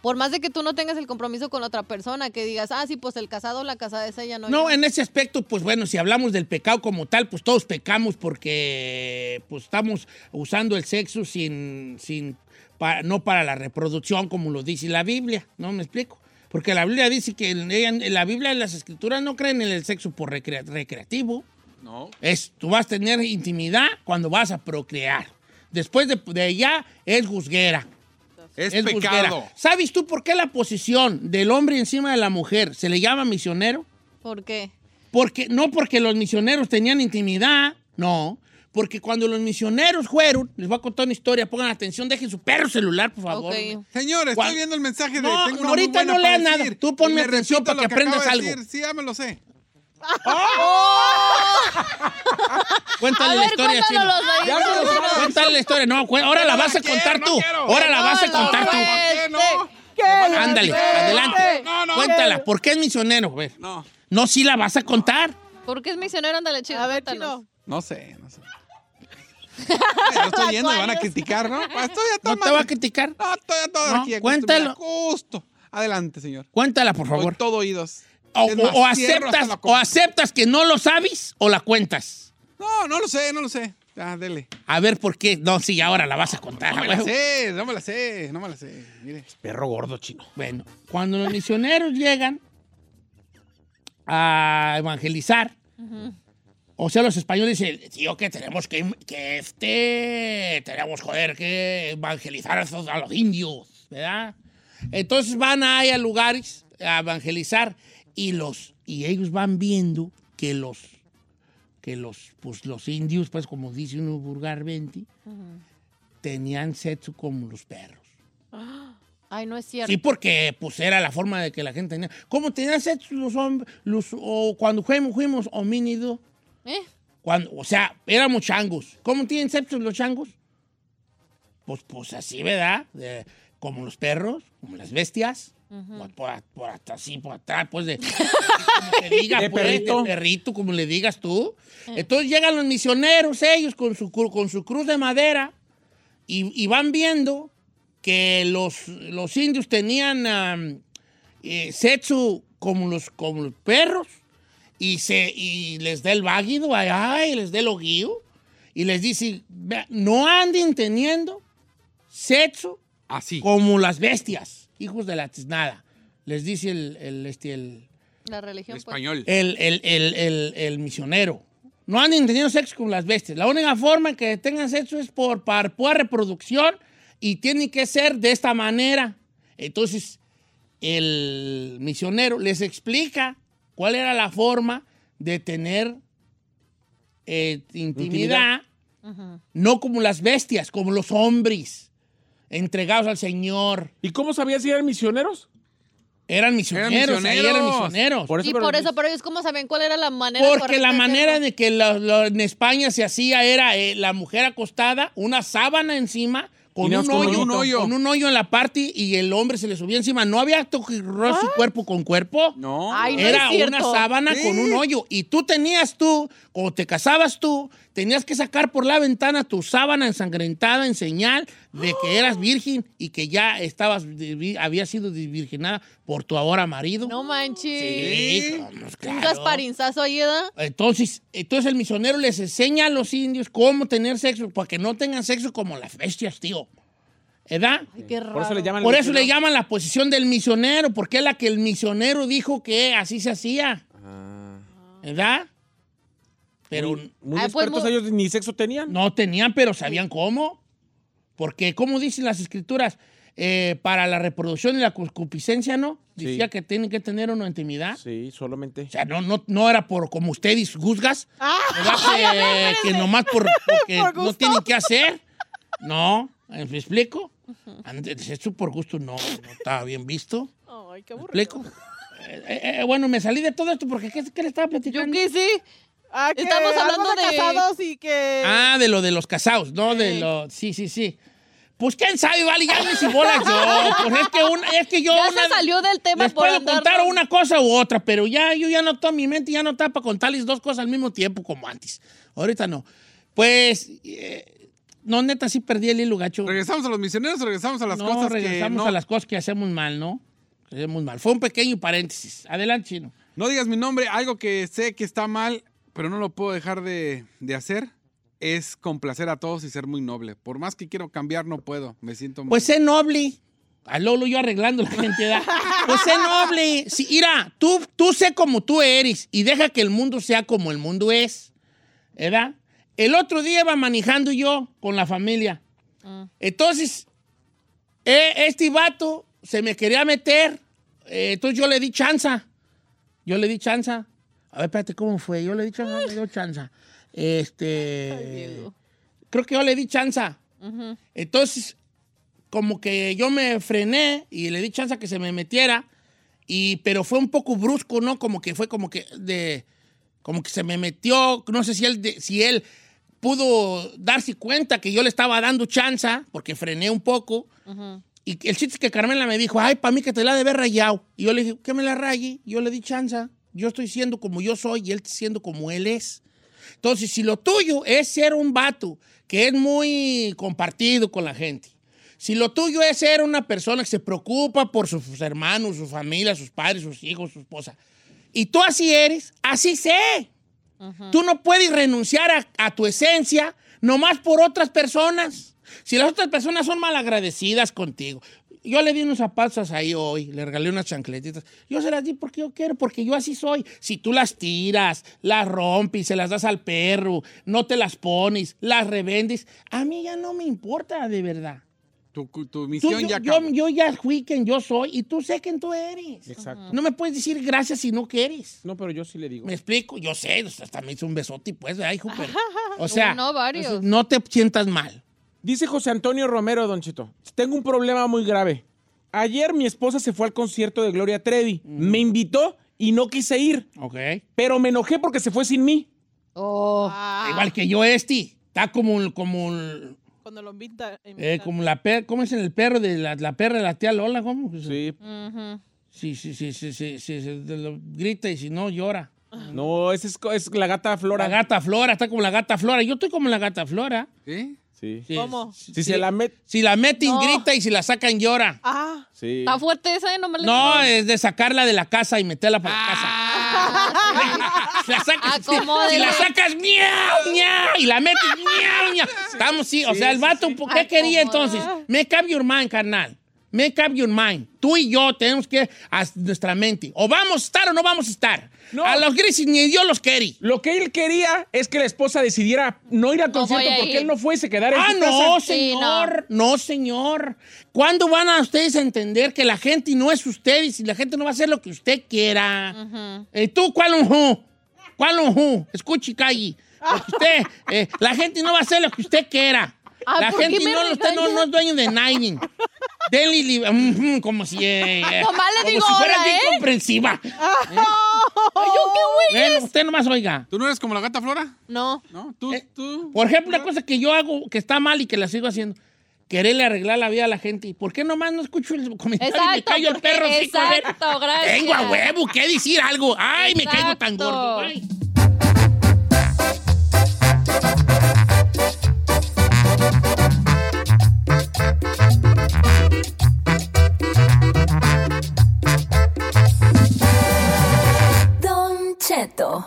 [SPEAKER 3] Por más de que tú no tengas el compromiso con otra persona, que digas, ah, sí, pues el casado o la casada es ella, no.
[SPEAKER 1] No,
[SPEAKER 3] yo".
[SPEAKER 1] en ese aspecto, pues bueno, si hablamos del pecado como tal, pues todos pecamos porque pues estamos usando el sexo sin, sin pa- no para la reproducción como lo dice la Biblia, ¿no me explico? Porque la Biblia dice que en ella- en la Biblia en las escrituras no creen en el sexo por recrea- recreativo.
[SPEAKER 4] No.
[SPEAKER 1] Es, tú vas a tener intimidad cuando vas a procrear. Después de, de allá es juzguera.
[SPEAKER 4] Es,
[SPEAKER 1] Es juzguera.
[SPEAKER 4] pecado.
[SPEAKER 1] ¿Sabes tú por qué la posición del hombre encima de la mujer se le llama misionero?
[SPEAKER 3] ¿Por qué?
[SPEAKER 1] Porque, no porque los misioneros tenían intimidad, no. Porque cuando los misioneros fueron, les voy a contar una historia, pongan atención, dejen su perro celular, por favor.
[SPEAKER 3] Ok.
[SPEAKER 4] Señor, estoy
[SPEAKER 1] ¿Cuál?
[SPEAKER 4] viendo el mensaje de.
[SPEAKER 1] No,
[SPEAKER 4] tengo una
[SPEAKER 1] ahorita
[SPEAKER 4] muy
[SPEAKER 1] no
[SPEAKER 4] buena para
[SPEAKER 1] leas nada.
[SPEAKER 4] decir,
[SPEAKER 1] Tú ponme
[SPEAKER 4] y me
[SPEAKER 1] atención
[SPEAKER 4] repito
[SPEAKER 1] para
[SPEAKER 4] lo
[SPEAKER 1] que aprendas
[SPEAKER 4] acaba de
[SPEAKER 1] algo.
[SPEAKER 4] decir. Sí, ya me lo sé.
[SPEAKER 1] Cuéntale
[SPEAKER 3] A
[SPEAKER 1] la
[SPEAKER 3] ver,
[SPEAKER 1] historia, chino.
[SPEAKER 3] cuéntanos los
[SPEAKER 2] Ya me lo sabes.
[SPEAKER 1] Cuéntale la historia. No, cu- ahora la vas a
[SPEAKER 4] quiero,
[SPEAKER 1] contar
[SPEAKER 4] no
[SPEAKER 1] tú.
[SPEAKER 4] quiero.
[SPEAKER 1] Ahora la vas a
[SPEAKER 3] No,
[SPEAKER 1] contar tú.
[SPEAKER 3] pues.
[SPEAKER 4] ¿Por qué no?
[SPEAKER 1] Ándale, adelante.
[SPEAKER 4] No, no.
[SPEAKER 1] Cuéntala, ¿por qué es misionero? A ver.
[SPEAKER 4] No,
[SPEAKER 1] No, sí la vas a contar.
[SPEAKER 3] ¿Por qué es misionero? Ándale, chido.
[SPEAKER 5] A ver,
[SPEAKER 3] cuéntanos.
[SPEAKER 5] chino.
[SPEAKER 4] no sé, no sé. Lo estoy yendo, me van a criticar, ¿no? Pues Estoy a
[SPEAKER 1] No
[SPEAKER 4] todo
[SPEAKER 1] te va a criticar.
[SPEAKER 4] No, estoy a todo
[SPEAKER 1] No,
[SPEAKER 4] aquí. a gusto,
[SPEAKER 1] cuéntalo.
[SPEAKER 4] mira, Justo. Adelante, señor.
[SPEAKER 1] Cuéntala, por favor.
[SPEAKER 4] Soy todo oídos.
[SPEAKER 1] O,
[SPEAKER 4] Pues Es más,
[SPEAKER 1] o- o
[SPEAKER 4] cierro hasta
[SPEAKER 1] aceptas,
[SPEAKER 4] la
[SPEAKER 1] o
[SPEAKER 4] com-
[SPEAKER 1] aceptas que no lo sabes o la cuentas.
[SPEAKER 4] No, no lo sé, no lo sé. Ya, dele.
[SPEAKER 1] A ver por qué. No, sí, ahora la vas a contar.
[SPEAKER 4] No me
[SPEAKER 1] a
[SPEAKER 4] la
[SPEAKER 1] huevo.
[SPEAKER 4] sé, no me la sé, no me la sé. Mire.
[SPEAKER 1] Pues, Perro gordo chino. Bueno, cuando los misioneros llegan a evangelizar, o sea, los españoles dicen, tío, que tenemos que, que este, tenemos, joder, que evangelizar a esos- a los indios, ¿verdad? Entonces van ahí a lugares a evangelizar y los, y ellos van viendo que los, que los, pues los indios, pues como dice uno vulgarmente, tenían sexo como los perros.
[SPEAKER 3] Ay, no es cierto.
[SPEAKER 1] Sí, porque pues era la forma de que la gente tenía. ¿Cómo tenían sexo los hombres? Los, o cuando fuimos, fuimos homínidos,
[SPEAKER 3] ¿Eh?
[SPEAKER 1] cuando, o sea, éramos changos. ¿Cómo tienen sexo los changos? Pues, pues así, ¿verdad? De- como los perros, como las bestias. Pues, por, por- por hasta así, por atrás, pues de, como te diga,
[SPEAKER 2] De
[SPEAKER 1] pues,
[SPEAKER 2] perrito.
[SPEAKER 1] de perrito, como le digas tú. Entonces llegan los misioneros, ellos con su, cru- con su cruz de madera, y, y van viendo que los, los indios tenían am, eh, sexo como los, como los perros y, se, y les da el váguido, allá, y les da el oguío, y les dice, "Vea, no anden teniendo sexo
[SPEAKER 4] Así.
[SPEAKER 1] como las bestias, hijos de la tiznada. Les dice el, el, este, el,
[SPEAKER 3] La religión. pues.
[SPEAKER 4] Español.
[SPEAKER 1] el, el- el- el- el misionero. No anden teniendo sexo con las bestias. La única forma que tengan sexo es por, para pura reproducción y tiene que ser de esta manera. Entonces, el misionero les explica cuál era la forma de tener eh, intimidad, no como las bestias, como los hombres entregados al Señor.
[SPEAKER 2] ¿Y cómo sabía si eran misioneros?
[SPEAKER 1] Eran misioneros, ahí eran misioneros.
[SPEAKER 4] misioneros.
[SPEAKER 2] Por
[SPEAKER 3] y
[SPEAKER 2] pero-
[SPEAKER 3] por eso, pero ellos cómo sabían cuál era la manera
[SPEAKER 1] Porque
[SPEAKER 3] correcta
[SPEAKER 1] la
[SPEAKER 3] de
[SPEAKER 1] manera
[SPEAKER 3] hacerlo?
[SPEAKER 1] de que lo- lo- en España se hacía era eh, la mujer acostada, una sábana encima, con
[SPEAKER 2] Y
[SPEAKER 1] un,
[SPEAKER 2] nos- con
[SPEAKER 1] hoyo,
[SPEAKER 4] un hoyo.
[SPEAKER 1] con un hoyo en la parte y el hombre se le subía encima. No había tocado su cuerpo con cuerpo.
[SPEAKER 4] No.
[SPEAKER 5] Ah. Ay, no
[SPEAKER 1] Era
[SPEAKER 5] es cierto.
[SPEAKER 1] una sábana
[SPEAKER 4] Sí.
[SPEAKER 1] con un hoyo. Y tú tenías tú, cuando te casabas tú, tenías que sacar por la ventana tu sábana ensangrentada en señal de
[SPEAKER 5] [gasps]
[SPEAKER 1] que eras virgen y que ya estabas, desvi- habías sido desvirginada por tu ahora marido.
[SPEAKER 3] No manches.
[SPEAKER 1] Sí, vamos,
[SPEAKER 3] Un
[SPEAKER 1] claro.
[SPEAKER 3] gasparinzazo ahí, ¿verdad?
[SPEAKER 1] Entonces, entonces el misionero les enseña a los indios cómo tener sexo, para que no tengan sexo como las bestias, tío. ¿Edad?
[SPEAKER 3] Ay, qué raro.
[SPEAKER 2] Por eso le llaman
[SPEAKER 1] Por eso le
[SPEAKER 2] misioneros.
[SPEAKER 1] llaman la posición del misionero, porque es la que el misionero dijo que así se hacía. ¿Verdad? Pero
[SPEAKER 2] Muy
[SPEAKER 3] Ay, pues,
[SPEAKER 2] expertos
[SPEAKER 3] mu-
[SPEAKER 2] ellos ni sexo tenían.
[SPEAKER 1] no tenían, pero sabían cómo. Porque, como dicen las escrituras, Eh, para la reproducción y la concupiscencia, ¿no?
[SPEAKER 2] Sí.
[SPEAKER 1] Decía que tienen que tener una intimidad.
[SPEAKER 2] Sí, solamente.
[SPEAKER 1] O sea, no, no, no era por como ustedes juzgas,
[SPEAKER 3] Ah. [laughs]
[SPEAKER 1] ¿verdad? que, que nomás por, porque
[SPEAKER 5] Por
[SPEAKER 1] no
[SPEAKER 5] gusto.
[SPEAKER 1] tienen
[SPEAKER 3] [laughs]
[SPEAKER 1] que hacer. No, eh, ¿me explico? Antes, esto por gusto no, no estaba bien visto.
[SPEAKER 5] Ay, qué
[SPEAKER 1] ¿Me
[SPEAKER 5] aburrido.
[SPEAKER 1] explico? Eh, eh, eh, bueno, me salí de todo esto porque ¿qué, qué le estaba
[SPEAKER 3] Yo
[SPEAKER 1] platicando?
[SPEAKER 3] qué sé.
[SPEAKER 5] Ah, que
[SPEAKER 3] Estamos
[SPEAKER 5] algo
[SPEAKER 3] hablando de-
[SPEAKER 5] casados y que...
[SPEAKER 1] Ah, de lo de los casados, ¿no? De
[SPEAKER 5] Sí.
[SPEAKER 1] lo... Sí, sí, sí. Pues quién sabe, vale, ya no hice bolas yo. Pues es que, una, es que yo
[SPEAKER 3] Ya
[SPEAKER 1] una-
[SPEAKER 3] se salió del tema
[SPEAKER 1] Les
[SPEAKER 3] por
[SPEAKER 1] puedo
[SPEAKER 3] andar-
[SPEAKER 1] contar una cosa u otra, pero ya yo ya no toda mi mente ya no está para contarles dos cosas al mismo tiempo como antes. Ahorita no. Pues eh, no neta sí perdí el hilo gacho.
[SPEAKER 4] ¿Regresamos a los misioneros o regresamos a las
[SPEAKER 1] no
[SPEAKER 4] cosas que
[SPEAKER 1] regresamos
[SPEAKER 4] no,
[SPEAKER 1] a las cosas que hacemos mal, ¿no? Que hacemos mal. Fue un pequeño paréntesis. Adelante, chino.
[SPEAKER 4] no digas mi nombre, algo que sé que está mal, pero no lo puedo dejar de, de hacer, es complacer a todos y ser muy noble. Por más que quiero cambiar, no puedo. Me siento muy...
[SPEAKER 1] Pues sé noble. A Lolo yo arreglando la identidad. Pues sé noble. Sí, mira, tú, tú sé como tú eres y deja que el mundo sea como el mundo es. ¿Verdad? El otro día iba manejando yo con la familia. Entonces, eh, este vato se me quería meter. eh, entonces yo le di chanza. Yo le di chanza. A ver, espérate, ¿cómo fue? Yo le di chanza, le dio chanza. Este.
[SPEAKER 5] Diego.
[SPEAKER 1] creo que yo le di chanza. Entonces, como que yo me frené y le di chance a que se me metiera, y, pero fue un poco brusco, ¿no? Como que fue como que de. Como que se me metió. No sé si él, de- si él pudo darse cuenta que yo le estaba dando chanza, porque frené un poco. Y el chiste es que Carmela me dijo, ay, para mí que te la ha de ver rayado. Y yo le dije, que me la raye. Yo le di chanza. Yo estoy siendo como yo soy y él siendo como él es. Entonces, si lo tuyo es ser un vato que es muy compartido con la gente, si lo tuyo es ser una persona que se preocupa por sus hermanos, su familia, sus padres, sus hijos, su esposa, y tú así eres, así sé. Tú no puedes renunciar a, a tu esencia nomás por otras personas. Si las otras personas son malagradecidas contigo. Yo le di unos zapatos ahí hoy, le regalé unas chancletitas. Yo se las di porque yo quiero, porque yo así soy. Si tú las tiras, las rompes, se las das al perro, no te las pones, las revendes, a mí ya no me importa de verdad.
[SPEAKER 2] eh,
[SPEAKER 4] Tu, tu
[SPEAKER 1] Tú,
[SPEAKER 4] misión
[SPEAKER 1] yo,
[SPEAKER 4] ya
[SPEAKER 1] yo-
[SPEAKER 4] acabó.
[SPEAKER 1] yo ya fui quien yo soy y tú sé quién tú eres.
[SPEAKER 2] Exacto.
[SPEAKER 1] No me puedes decir gracias si no quieres.
[SPEAKER 2] No, pero yo sí le digo.
[SPEAKER 1] Me explico, yo sé, o sea, hasta me hizo un besote y pues, ¿verdad, hijo? Pero, o sea, pues,
[SPEAKER 3] Uno, varios.
[SPEAKER 1] no te sientas mal.
[SPEAKER 2] Dice José Antonio Romero, Don Cheto. Tengo un problema muy grave. Ayer mi esposa se fue al concierto de Gloria Trevi. Me invitó y no quise ir,
[SPEAKER 1] Ok.
[SPEAKER 2] pero me enojé porque se fue sin mí.
[SPEAKER 3] Oh.
[SPEAKER 5] Ah,
[SPEAKER 1] Igual que yo, este. Está como, el- como, el-
[SPEAKER 5] Cuando lo invita...
[SPEAKER 1] eh,
[SPEAKER 5] invitan.
[SPEAKER 1] como la perra, ¿cómo es el perro de la, la perra de la tía Lola? ¿Cómo?
[SPEAKER 2] Sí.
[SPEAKER 3] Ujú.
[SPEAKER 1] Sí, sí, sí, sí, sí, sí, sí, de lo- grita y si no llora.
[SPEAKER 2] No, esa es, co- es la gata Flora.
[SPEAKER 1] La gata flora, está como la gata flora. Yo estoy como la gata flora.
[SPEAKER 4] ¿Sí?
[SPEAKER 2] Sí.
[SPEAKER 1] Sí,
[SPEAKER 5] ¿Cómo?
[SPEAKER 1] sí,
[SPEAKER 2] Si
[SPEAKER 1] sí.
[SPEAKER 2] se la mete.
[SPEAKER 1] Si la meten,
[SPEAKER 3] No.
[SPEAKER 1] grita y si la sacan, llora.
[SPEAKER 5] Ah,
[SPEAKER 2] Sí.
[SPEAKER 3] Está fuerte esa, ¿eh? No me la-
[SPEAKER 1] No, es de sacarla de la casa y meterla para la casa. Si la sacas,
[SPEAKER 3] Acomódele.
[SPEAKER 1] si la sacas, miau, miau, y la metes, miau, miau. Estamos, sí, o sea, el vato, ¿por ¿qué quería
[SPEAKER 3] Acomoda.
[SPEAKER 1] entonces? Me cambio your mind, carnal. Make up your mind. Tú y yo tenemos que a nuestra mente. O vamos a estar o no vamos a estar.
[SPEAKER 2] No.
[SPEAKER 1] A los grises ni Dios los quiere.
[SPEAKER 2] Lo que él quería es que la esposa decidiera no ir al concierto
[SPEAKER 5] voy a
[SPEAKER 2] porque
[SPEAKER 5] ir.
[SPEAKER 2] él no fue y se quedara en
[SPEAKER 1] Ah,
[SPEAKER 2] su casa.
[SPEAKER 1] no,
[SPEAKER 5] Sí,
[SPEAKER 1] señor. no. señor. ¿Cuándo van a ustedes a entender que la gente no es ustedes y la gente no va a hacer lo que usted quiera? Eh, ¿Tú cuál un ju? ¿Cuál un ju? Escuche, y calle. Porque
[SPEAKER 5] [laughs]
[SPEAKER 1] Usted, eh, la gente no va a hacer lo que usted quiera.
[SPEAKER 5] Ah,
[SPEAKER 1] la
[SPEAKER 5] ¿por qué
[SPEAKER 1] gente
[SPEAKER 5] me
[SPEAKER 1] no, usted no,
[SPEAKER 5] regaña?
[SPEAKER 1] no es dueño de Nighting. Denle, li- ujú, como si. eh, eh,
[SPEAKER 5] [laughs] Nomás le
[SPEAKER 1] como
[SPEAKER 5] digo
[SPEAKER 1] si fuera
[SPEAKER 5] hola,
[SPEAKER 1] bien
[SPEAKER 5] ¿eh?
[SPEAKER 1] comprensiva.
[SPEAKER 5] yo qué güey.
[SPEAKER 1] Bueno, usted nomás oiga.
[SPEAKER 4] ¿Tú no eres como la gata Flora?
[SPEAKER 5] No.
[SPEAKER 4] ¿No? ¿Tú?
[SPEAKER 1] Eh,
[SPEAKER 4] tú?
[SPEAKER 1] Por ejemplo, una cosa que yo hago que está mal y que la sigo haciendo. Quererle arreglar la vida a la gente. ¿Y por qué nomás no escucho el comentario y me
[SPEAKER 5] Exacto,
[SPEAKER 1] callo el
[SPEAKER 5] porque-
[SPEAKER 1] perro? sí, con él?
[SPEAKER 5] exacto, gracias.
[SPEAKER 1] Tengo a huevo que decir algo. Ay, me caigo tan
[SPEAKER 5] Exacto.
[SPEAKER 1] gordo. Ay.
[SPEAKER 6] Don Cheto.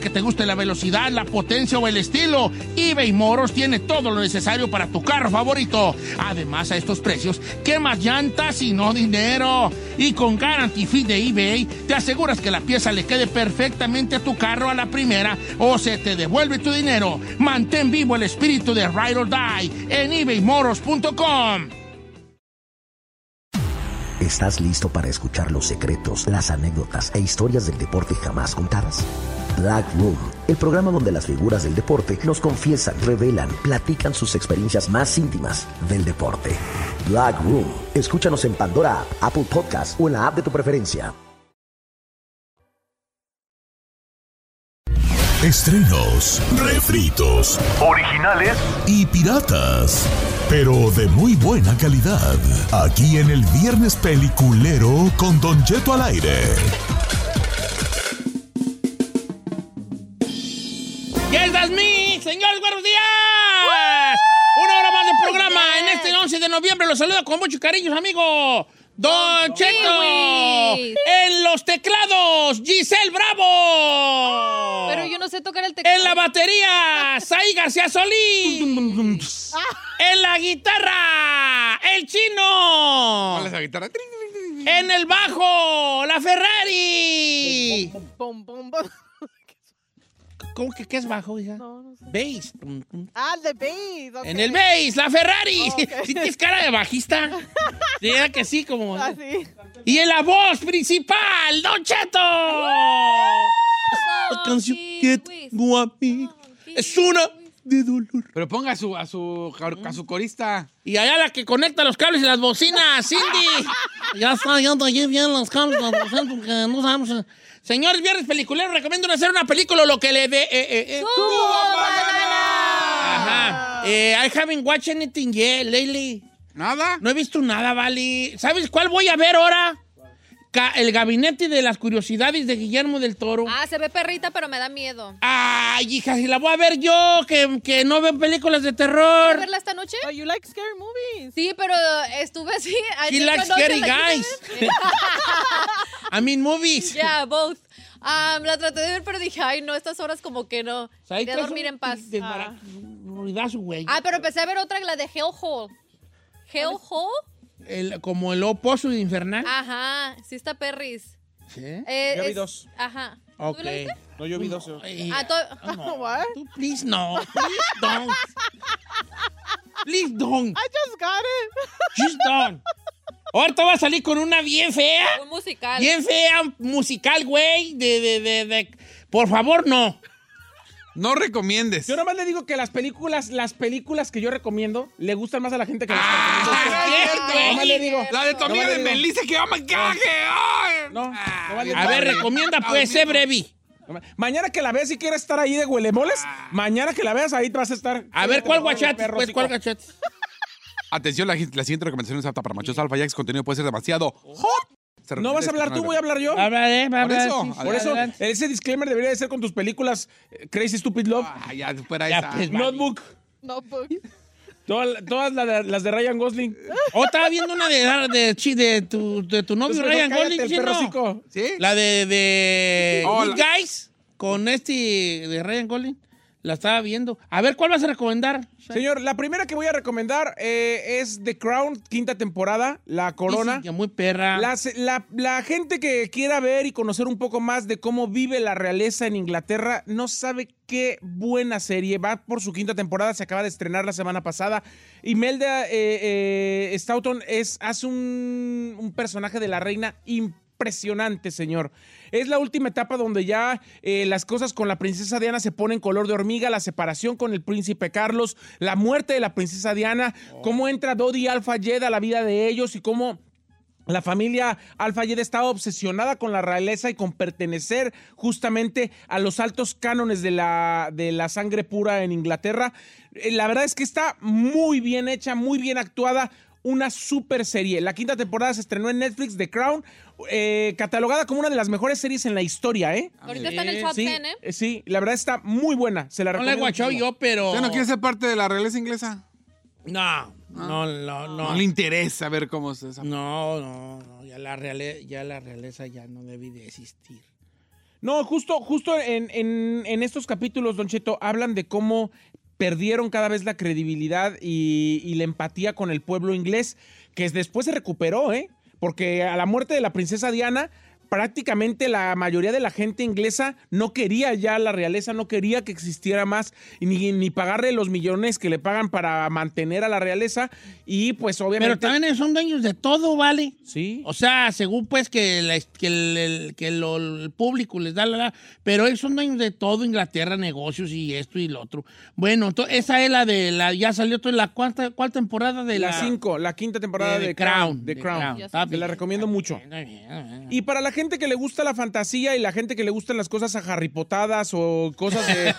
[SPEAKER 1] que te guste la velocidad, la potencia o el estilo, eBay Moros tiene todo lo necesario para tu carro favorito. Además, a estos precios, ¿qué más llantas y no dinero? Y con Guarantee Fee de eBay, te aseguras que la pieza le quede perfectamente a tu carro a la primera o se te devuelve tu dinero. Mantén vivo el espíritu de Ride or Die en ebaymoros.com.
[SPEAKER 7] ¿Estás listo para escuchar los secretos, las anécdotas e historias del deporte jamás contadas? Black Room, el programa donde las figuras del deporte nos confiesan, revelan, platican sus experiencias más íntimas del deporte. Black Room, escúchanos en Pandora App, Apple Podcast o en la app de tu preferencia.
[SPEAKER 8] Estrenos, refritos, originales y piratas, pero de muy buena calidad. Aquí en el Viernes Peliculero con Don Jeto al aire.
[SPEAKER 1] ¡Yes, that's me! ¡Señores, buenos días! Una hora más de programa en este 11 de noviembre. Los saludo con mucho cariño, amigo. Don Cheto.
[SPEAKER 3] Kiwis.
[SPEAKER 1] En los teclados,
[SPEAKER 5] ¡Oh!
[SPEAKER 1] Giselle Bravo.
[SPEAKER 3] Pero yo no sé tocar el teclado.
[SPEAKER 1] En la batería, Saí García Solís. Ah. en la guitarra, el chino.
[SPEAKER 4] ¿Cuál es la guitarra? Trin, trin, trin.
[SPEAKER 1] En el bajo, la Ferrari.
[SPEAKER 5] Pum, pum, pum.
[SPEAKER 1] ¿Cómo que qué es bajo, hija?
[SPEAKER 5] No, no sé.
[SPEAKER 1] Bass.
[SPEAKER 5] [laughs] Ah, el de Bass. ok.
[SPEAKER 1] En el bass, la Ferrari. [laughs]
[SPEAKER 5] Ok.
[SPEAKER 1] Si tienes cara de bajista. Diría que sí, como.
[SPEAKER 5] Ah, sí.
[SPEAKER 1] Y en la voz principal, Don Cheto. Canción que tengo a mí es una de dolor.
[SPEAKER 4] Pero ponga a su, a su,
[SPEAKER 2] Mm.
[SPEAKER 4] a su corista.
[SPEAKER 1] Y allá la que conecta los cables y las bocinas, Cindy. ya está, ya está allí bien los cables, las bocinas, porque no sabemos. eh. Señores, viernes peliculero, recomiendo hacer una película lo que le dé. Eh, eh, eh. Ajá. Eh, I haven't watched anything yet lately.
[SPEAKER 4] ¿Nada?
[SPEAKER 1] No he visto nada, Vali. ¿Sabes cuál voy a ver ahora? Ca- el gabinete de las curiosidades de Guillermo del Toro.
[SPEAKER 3] Ah, se ve perrita, pero me da miedo.
[SPEAKER 1] Ay, hija, si la voy a ver yo, que, que no veo películas de
[SPEAKER 3] ¿Puedes
[SPEAKER 1] terror.
[SPEAKER 3] verla esta noche?
[SPEAKER 5] Oh, you like scary movies.
[SPEAKER 3] Sí, pero estuve así.
[SPEAKER 1] He
[SPEAKER 3] ayer
[SPEAKER 1] likes
[SPEAKER 3] cuando
[SPEAKER 1] scary
[SPEAKER 3] la quise
[SPEAKER 1] guys.
[SPEAKER 3] ver.
[SPEAKER 1] I mean, movies.
[SPEAKER 3] Yeah, both. Um, la traté de ver, pero dije, ay, no, estas horas como que no.
[SPEAKER 1] O sea, ahí
[SPEAKER 3] Quería
[SPEAKER 1] traes
[SPEAKER 3] dormir
[SPEAKER 1] un
[SPEAKER 3] en paz.
[SPEAKER 1] desbara- ruidazo, güey.
[SPEAKER 3] Ah, pero empecé a ver otra, la de Hellhole. ¿Hellhole?
[SPEAKER 1] El- como el oposo infernal.
[SPEAKER 3] Ajá, sí está perris.
[SPEAKER 1] ¿Sí?
[SPEAKER 3] Ah. Eh,
[SPEAKER 9] Yo vi
[SPEAKER 3] es-
[SPEAKER 9] dos.
[SPEAKER 3] Ajá. ¿Tú
[SPEAKER 1] Ok.
[SPEAKER 3] la viste?
[SPEAKER 9] No, yo vi dos.
[SPEAKER 1] Ay,
[SPEAKER 3] Ah,
[SPEAKER 5] [laughs]
[SPEAKER 3] to- [laughs]
[SPEAKER 1] no.
[SPEAKER 5] What?
[SPEAKER 1] Tú, please, no. Please don't. Please don't.
[SPEAKER 5] I just got it.
[SPEAKER 1] Just don't. Ahorita va a salir con una bien fea.
[SPEAKER 3] un musical.
[SPEAKER 1] Bien fea musical, güey. De, de, de, de- Por favor, no.
[SPEAKER 4] No recomiendes.
[SPEAKER 2] Yo nomás le digo que las películas, las películas que yo recomiendo, le gustan más a la gente que las
[SPEAKER 1] Ah,
[SPEAKER 2] recomiendo.
[SPEAKER 1] cierto,
[SPEAKER 2] No, nomás
[SPEAKER 1] güey.
[SPEAKER 2] le digo.
[SPEAKER 4] La de tu
[SPEAKER 2] No,
[SPEAKER 4] amiga
[SPEAKER 2] vale,
[SPEAKER 4] de
[SPEAKER 2] digo.
[SPEAKER 4] Melissa que ama caje. Ay.
[SPEAKER 2] No, no
[SPEAKER 4] Ah,
[SPEAKER 2] vale. Ah,
[SPEAKER 1] A ver, recomienda, pues, sé
[SPEAKER 4] eh,
[SPEAKER 1] brevi.
[SPEAKER 2] Mañana que la veas y quieres estar ahí de huelemoles, mañana que la veas ahí te vas a estar.
[SPEAKER 1] Ah. A ver, ¿cuál
[SPEAKER 2] Perro,
[SPEAKER 1] guachates? Pues,
[SPEAKER 2] perro,
[SPEAKER 1] ¿cuál
[SPEAKER 2] hocico.
[SPEAKER 1] guachates?
[SPEAKER 4] Atención, la, la siguiente recomendación es apta para machos alfa, ya que su contenido puede ser demasiado hot. Se
[SPEAKER 2] Oh. No
[SPEAKER 4] recomienda
[SPEAKER 2] vas a hablar tú,
[SPEAKER 4] escuchar-
[SPEAKER 2] voy a hablar yo.
[SPEAKER 1] Hablaré,
[SPEAKER 4] Por
[SPEAKER 1] hablaré,
[SPEAKER 4] eso,
[SPEAKER 1] sí, sí,
[SPEAKER 2] Por eso,
[SPEAKER 1] Ah, adelante.
[SPEAKER 2] ese disclaimer debería de ser con tus películas eh, Crazy Stupid Love,
[SPEAKER 4] Ah, ya, fuera
[SPEAKER 1] Ya,
[SPEAKER 4] esa.
[SPEAKER 1] pues, va.
[SPEAKER 2] Notebook,
[SPEAKER 5] No, pues.
[SPEAKER 2] toda- todas la de- las de Ryan Gosling.
[SPEAKER 1] O Oh, estaba viendo una de, de, chi- de tu, de tu novio
[SPEAKER 2] Entonces,
[SPEAKER 1] Ryan
[SPEAKER 2] Pues, cállate,
[SPEAKER 1] Gosling,
[SPEAKER 2] el
[SPEAKER 1] chino.
[SPEAKER 2] perrocico.
[SPEAKER 4] ¿Sí?
[SPEAKER 1] La de, de
[SPEAKER 4] Oh,
[SPEAKER 1] Good
[SPEAKER 4] la-
[SPEAKER 1] Guys con este de Ryan Gosling. La estaba viendo. A ver, ¿cuál vas a recomendar?
[SPEAKER 2] Señor, la primera que voy a recomendar eh, es The Crown, quinta temporada, La Corona.
[SPEAKER 1] Dicen que muy perra.
[SPEAKER 2] Las- la, la gente que quiera ver y conocer un poco más de cómo vive la realeza en Inglaterra no sabe qué buena serie. Va por su quinta temporada, se acaba de estrenar la semana pasada. Imelda eh, eh, Staunton es, hace un, un personaje de la reina impresionante, señor. Es la última etapa donde ya eh, las cosas con la princesa Diana se ponen color de hormiga, la separación con el príncipe Carlos, la muerte de la princesa Diana, cómo entra Dodi Alfa Jed a la vida de ellos y cómo... La familia Alfayed estaba obsesionada con la realeza y con pertenecer justamente a los altos cánones de la, de la sangre pura en Inglaterra. Eh, La verdad es que está muy bien hecha, muy bien actuada. Una super serie. La quinta temporada se estrenó en Netflix, The Crown, eh, catalogada como una de las mejores series en la historia, ¿eh?
[SPEAKER 5] Ahorita está en el
[SPEAKER 1] Sí,
[SPEAKER 5] top
[SPEAKER 2] Sí,
[SPEAKER 5] 10, ¿eh?
[SPEAKER 2] eh, sí, la verdad está muy buena. Se la
[SPEAKER 1] no la he
[SPEAKER 2] recomiendo.
[SPEAKER 1] guachado
[SPEAKER 2] muchísimo.
[SPEAKER 1] yo, pero.
[SPEAKER 4] ¿Usted no quiere ser parte de la realeza inglesa?
[SPEAKER 1] No, no, no, no.
[SPEAKER 4] No le interesa ver cómo es esa.
[SPEAKER 1] No, no, no, ya la, reale- ya la realeza ya no debí de existir.
[SPEAKER 2] No, justo, justo en, en- en estos capítulos, Don Cheto, hablan de cómo perdieron cada vez la credibilidad y, y la empatía con el pueblo inglés, que después se recuperó, ¿eh? Porque a la muerte de la princesa Diana, prácticamente la mayoría de la gente inglesa no quería ya la realeza, no quería que existiera más, y ni, ni pagarle los millones que le pagan para mantener a la realeza, y pues obviamente...
[SPEAKER 1] Pero también son dueños de todo, ¿vale?
[SPEAKER 2] Sí.
[SPEAKER 1] O sea, según pues que, la- que el, el- que lo- el público les da la, la- Pero ellos son dueños de todo, Inglaterra, negocios y esto y lo otro. Bueno, ento- esa es la de la... Ya salió toda la cuarta, cuál temporada de la...
[SPEAKER 2] la 5, la quinta temporada
[SPEAKER 1] de,
[SPEAKER 2] de,
[SPEAKER 1] de Crown.
[SPEAKER 2] De
[SPEAKER 1] de
[SPEAKER 2] Crown.
[SPEAKER 5] Ya
[SPEAKER 1] Está
[SPEAKER 2] Te la
[SPEAKER 1] bien.
[SPEAKER 2] recomiendo mucho.
[SPEAKER 1] Y
[SPEAKER 2] [laughs] Y para la gente que le gusta la fantasía y la gente que le gustan las cosas ajarripotadas o cosas de.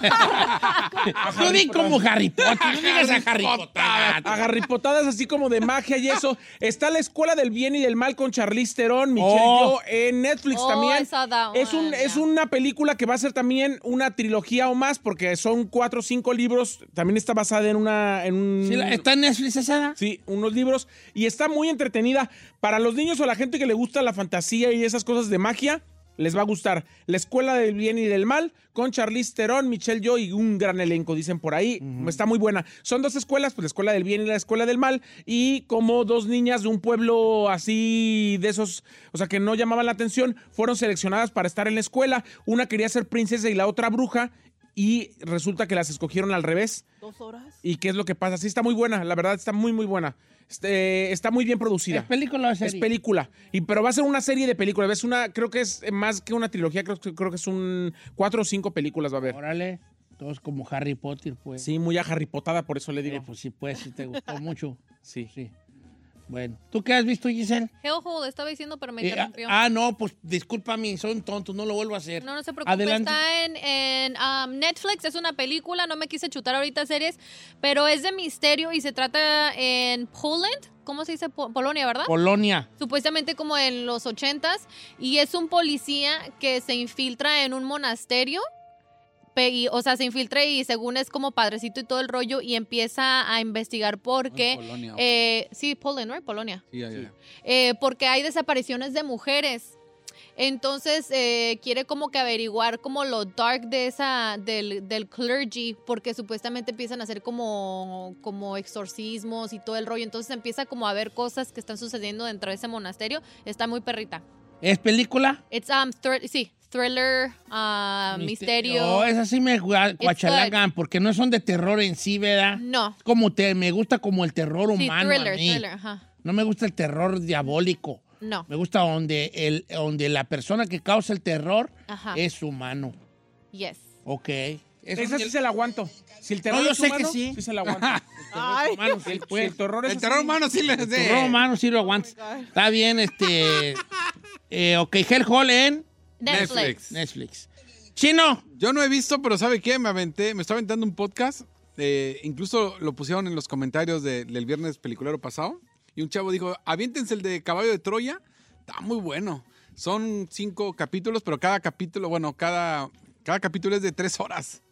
[SPEAKER 1] [laughs] yo di como Harry Potter, no digas a Harry Potter.
[SPEAKER 2] agarripotadas así como de magia y eso. Está la escuela del bien y del mal con Charlize Theron, Michelle
[SPEAKER 1] Oh.
[SPEAKER 2] Yeoh, en Netflix
[SPEAKER 5] Oh,
[SPEAKER 2] también.
[SPEAKER 5] I saw that
[SPEAKER 2] es, un,
[SPEAKER 5] one,
[SPEAKER 2] es
[SPEAKER 5] yeah.
[SPEAKER 2] una película que va a ser también una trilogía o más, porque son cuatro o cinco libros. También está basada en una. En un,
[SPEAKER 1] Sí, la- ¿Está en Netflix esa? da?
[SPEAKER 2] Sí, unos libros. Y está muy entretenida. Para los niños o la gente que le gusta la fantasía y esas cosas de magia, les va a gustar. La Escuela del Bien y del Mal, con Charlize Theron, Michelle Yeoh y un gran elenco, dicen por ahí. Está muy buena. Son dos escuelas, pues la Escuela del Bien y la Escuela del Mal. Y como dos niñas de un pueblo así de esos, o sea, que no llamaban la atención, fueron seleccionadas para estar en la escuela. Una quería ser princesa y la otra bruja. Y resulta que las escogieron al revés.
[SPEAKER 5] Dos horas.
[SPEAKER 2] ¿Y qué es lo que pasa? Sí, está muy buena, la verdad, está muy, muy buena. Este, está muy bien producida.
[SPEAKER 1] ¿Es película o
[SPEAKER 2] Es
[SPEAKER 1] serie?
[SPEAKER 2] película. Y, pero va a ser una serie de películas. Es una, creo que es eh, más que una trilogía, creo, que- creo que es un cuatro o cinco películas va a haber.
[SPEAKER 1] Órale, todos como Harry Potter, pues.
[SPEAKER 2] Sí, muy ajarripotada, por eso le
[SPEAKER 1] Eh,
[SPEAKER 2] digo.
[SPEAKER 1] pues sí, pues, sí te
[SPEAKER 2] [laughs]
[SPEAKER 1] gustó mucho.
[SPEAKER 2] Sí.
[SPEAKER 1] Sí. Bueno, ¿tú qué has visto, Giselle?
[SPEAKER 5] Hellhole, estaba diciendo, pero me
[SPEAKER 1] Eh, ah,
[SPEAKER 5] interrumpió.
[SPEAKER 1] ah, no, pues discúlpame, son tontos, no lo vuelvo a hacer.
[SPEAKER 5] No, no se preocupe.
[SPEAKER 1] Adelante.
[SPEAKER 5] Está en, en, um, Netflix, es una película, no me quise chutar ahorita series, pero es de misterio y se trata en Poland, ¿cómo se dice? Po- Polonia, ¿verdad?
[SPEAKER 1] Polonia.
[SPEAKER 5] Supuestamente como en los ochentas, y es un policía que se infiltra en un monasterio. pe- y, o sea, se infiltra y según es como padrecito y todo el rollo y empieza a investigar por
[SPEAKER 4] Ay,
[SPEAKER 5] qué.
[SPEAKER 4] Ah, Polonia, ok.
[SPEAKER 5] eh, sí, Poland, ¿no? Polonia
[SPEAKER 4] Sí, ya, ya, ya.
[SPEAKER 5] eh, porque hay desapariciones de mujeres. Entonces eh, quiere como que averiguar como lo dark de esa del, del clergy porque supuestamente empiezan a hacer como como exorcismos y todo el rollo entonces empieza como a ver cosas que están sucediendo dentro de ese monasterio está muy perrita
[SPEAKER 1] ¿Es película?
[SPEAKER 5] it's um thr- sí thriller ah, misterio
[SPEAKER 1] Oh, esa sí me gua- guachalagan, porque no son de terror en sí, ¿verdad?
[SPEAKER 5] no
[SPEAKER 1] Es Como te, me gusta como el terror
[SPEAKER 5] sí
[SPEAKER 1] humano. a
[SPEAKER 5] thriller
[SPEAKER 1] mí.
[SPEAKER 5] thriller ajá.
[SPEAKER 1] No me gusta el terror diabólico.
[SPEAKER 5] no
[SPEAKER 1] Me gusta donde, el, donde la persona que causa el terror
[SPEAKER 5] Ajá.
[SPEAKER 1] es humano.
[SPEAKER 5] yes
[SPEAKER 1] Ok. Eso
[SPEAKER 2] Esa sí se la aguanto. Si el terror
[SPEAKER 1] No, yo
[SPEAKER 2] es
[SPEAKER 1] sé
[SPEAKER 2] humano,
[SPEAKER 1] que sí.
[SPEAKER 2] se
[SPEAKER 1] [laughs]
[SPEAKER 2] la aguanto.
[SPEAKER 5] Ay.
[SPEAKER 1] humano, sí,
[SPEAKER 2] el, si
[SPEAKER 1] pues.
[SPEAKER 2] el terror es
[SPEAKER 4] El
[SPEAKER 2] así,
[SPEAKER 4] terror humano sí Oh les
[SPEAKER 1] Tu
[SPEAKER 4] de.
[SPEAKER 1] robo humano Pues, sí lo aguantas. Está bien,
[SPEAKER 4] [laughs]
[SPEAKER 1] este. eh, ok, Hell Hole en
[SPEAKER 5] Netflix.
[SPEAKER 4] Netflix.
[SPEAKER 1] Netflix. Chino.
[SPEAKER 4] Yo no he visto, pero ¿sabe qué? Me aventé, me estaba aventando un podcast eh, incluso lo pusieron en los comentarios de- del viernes peliculero pasado. Y un chavo dijo, aviéntense el de Caballo de Troya. Está muy bueno. Son cinco capítulos, pero cada capítulo, bueno, cada, cada capítulo es de tres horas.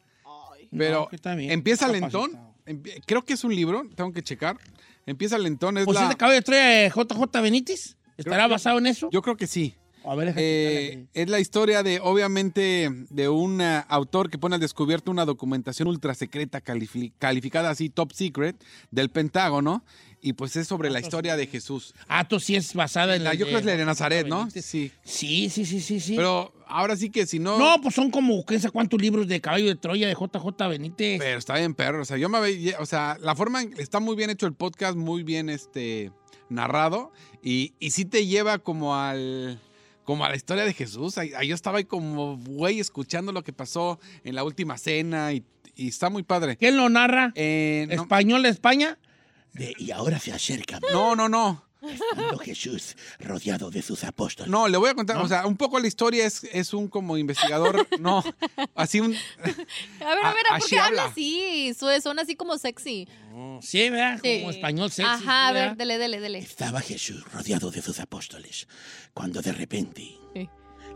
[SPEAKER 4] Pero
[SPEAKER 1] No, que está bien,
[SPEAKER 4] empieza
[SPEAKER 1] está
[SPEAKER 4] lentón.
[SPEAKER 1] capacitado.
[SPEAKER 4] Empie- Creo que es un libro, tengo que checar. Empieza lentón. Es
[SPEAKER 1] Pues
[SPEAKER 4] la-
[SPEAKER 1] ese caballo de Troya, eh, JJ Benítez, ¿estará
[SPEAKER 4] Creo que-
[SPEAKER 1] basado en eso?
[SPEAKER 4] Yo creo que sí.
[SPEAKER 1] a ver, déjate checarle
[SPEAKER 4] Eh,
[SPEAKER 1] aquí.
[SPEAKER 4] es la historia de, obviamente, de un ah, autor que pone al descubierto una documentación ultra secreta califi- calificada así top secret del Pentágono y pues es sobre la historia de Jesús.
[SPEAKER 1] Ah, tú sí es basada en
[SPEAKER 4] La-
[SPEAKER 1] la.
[SPEAKER 4] yo creo que es la de Nazaret, ¿no?
[SPEAKER 1] Benítez.
[SPEAKER 4] Sí.
[SPEAKER 1] Sí, sí, sí, sí, sí.
[SPEAKER 4] Pero ahora sí que si no,
[SPEAKER 1] no, pues son como, ¿quién sabe cuántos libros de Caballo de Troya de JJ Benítez?
[SPEAKER 4] pero está bien perro, o sea, yo me ve- o sea, la forma en- está muy bien hecho el podcast, muy bien este narrado y, y sí te lleva como al como a la historia de Jesús. Ahí, ahí yo estaba ahí como güey escuchando lo que pasó en la última cena y, y está muy padre.
[SPEAKER 1] ¿Quién lo narra?
[SPEAKER 4] Eh, no,
[SPEAKER 1] ¿Español de España? De, y ahora se acerca
[SPEAKER 4] no, no, no.
[SPEAKER 1] estando Jesús rodeado de sus apóstoles.
[SPEAKER 4] No, le voy a contar. O sea, un poco la historia es, es un como investigador. no, así un.
[SPEAKER 5] A
[SPEAKER 4] [laughs]
[SPEAKER 5] ver,
[SPEAKER 4] A-
[SPEAKER 5] a ver, ¿por
[SPEAKER 4] así
[SPEAKER 5] qué habla
[SPEAKER 4] habla.
[SPEAKER 5] así? Su- Son así como sexy.
[SPEAKER 1] Sí, ¿verdad?
[SPEAKER 5] Sí.
[SPEAKER 1] Como español sexy.
[SPEAKER 5] Ajá, a
[SPEAKER 1] ¿verdad?
[SPEAKER 5] ver, dele, dele, dele.
[SPEAKER 1] Estaba Jesús rodeado de sus apóstoles cuando de repente
[SPEAKER 5] Sí.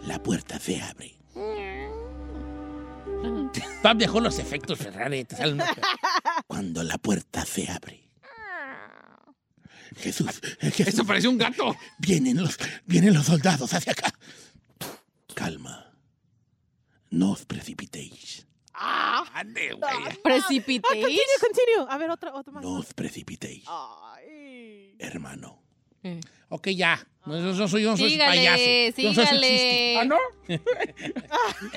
[SPEAKER 1] la puerta se abre.
[SPEAKER 5] [laughs]
[SPEAKER 1] Pab dejó los efectos Ferrari. te
[SPEAKER 5] [laughs]
[SPEAKER 1] salen más- cuando la puerta se abre. Jesús,
[SPEAKER 5] Ah,
[SPEAKER 1] eh, Jesús,
[SPEAKER 4] Eso pareció un gato.
[SPEAKER 1] vienen los, vienen los soldados hacia acá. Calma. No os precipitéis.
[SPEAKER 5] Ah,
[SPEAKER 4] Ande, güey.
[SPEAKER 5] Precipité.
[SPEAKER 6] Continue, continue. A ver, otro, otro más.
[SPEAKER 1] No os precipitéis,
[SPEAKER 6] Ay.
[SPEAKER 1] hermano.
[SPEAKER 5] Eh.
[SPEAKER 1] Ok, ya. No, yo, yo soy, yo no soy
[SPEAKER 5] Sígale,
[SPEAKER 1] payaso. Yo no soy sexista.
[SPEAKER 2] ¿Ah,
[SPEAKER 1] [laughs]
[SPEAKER 5] sígale.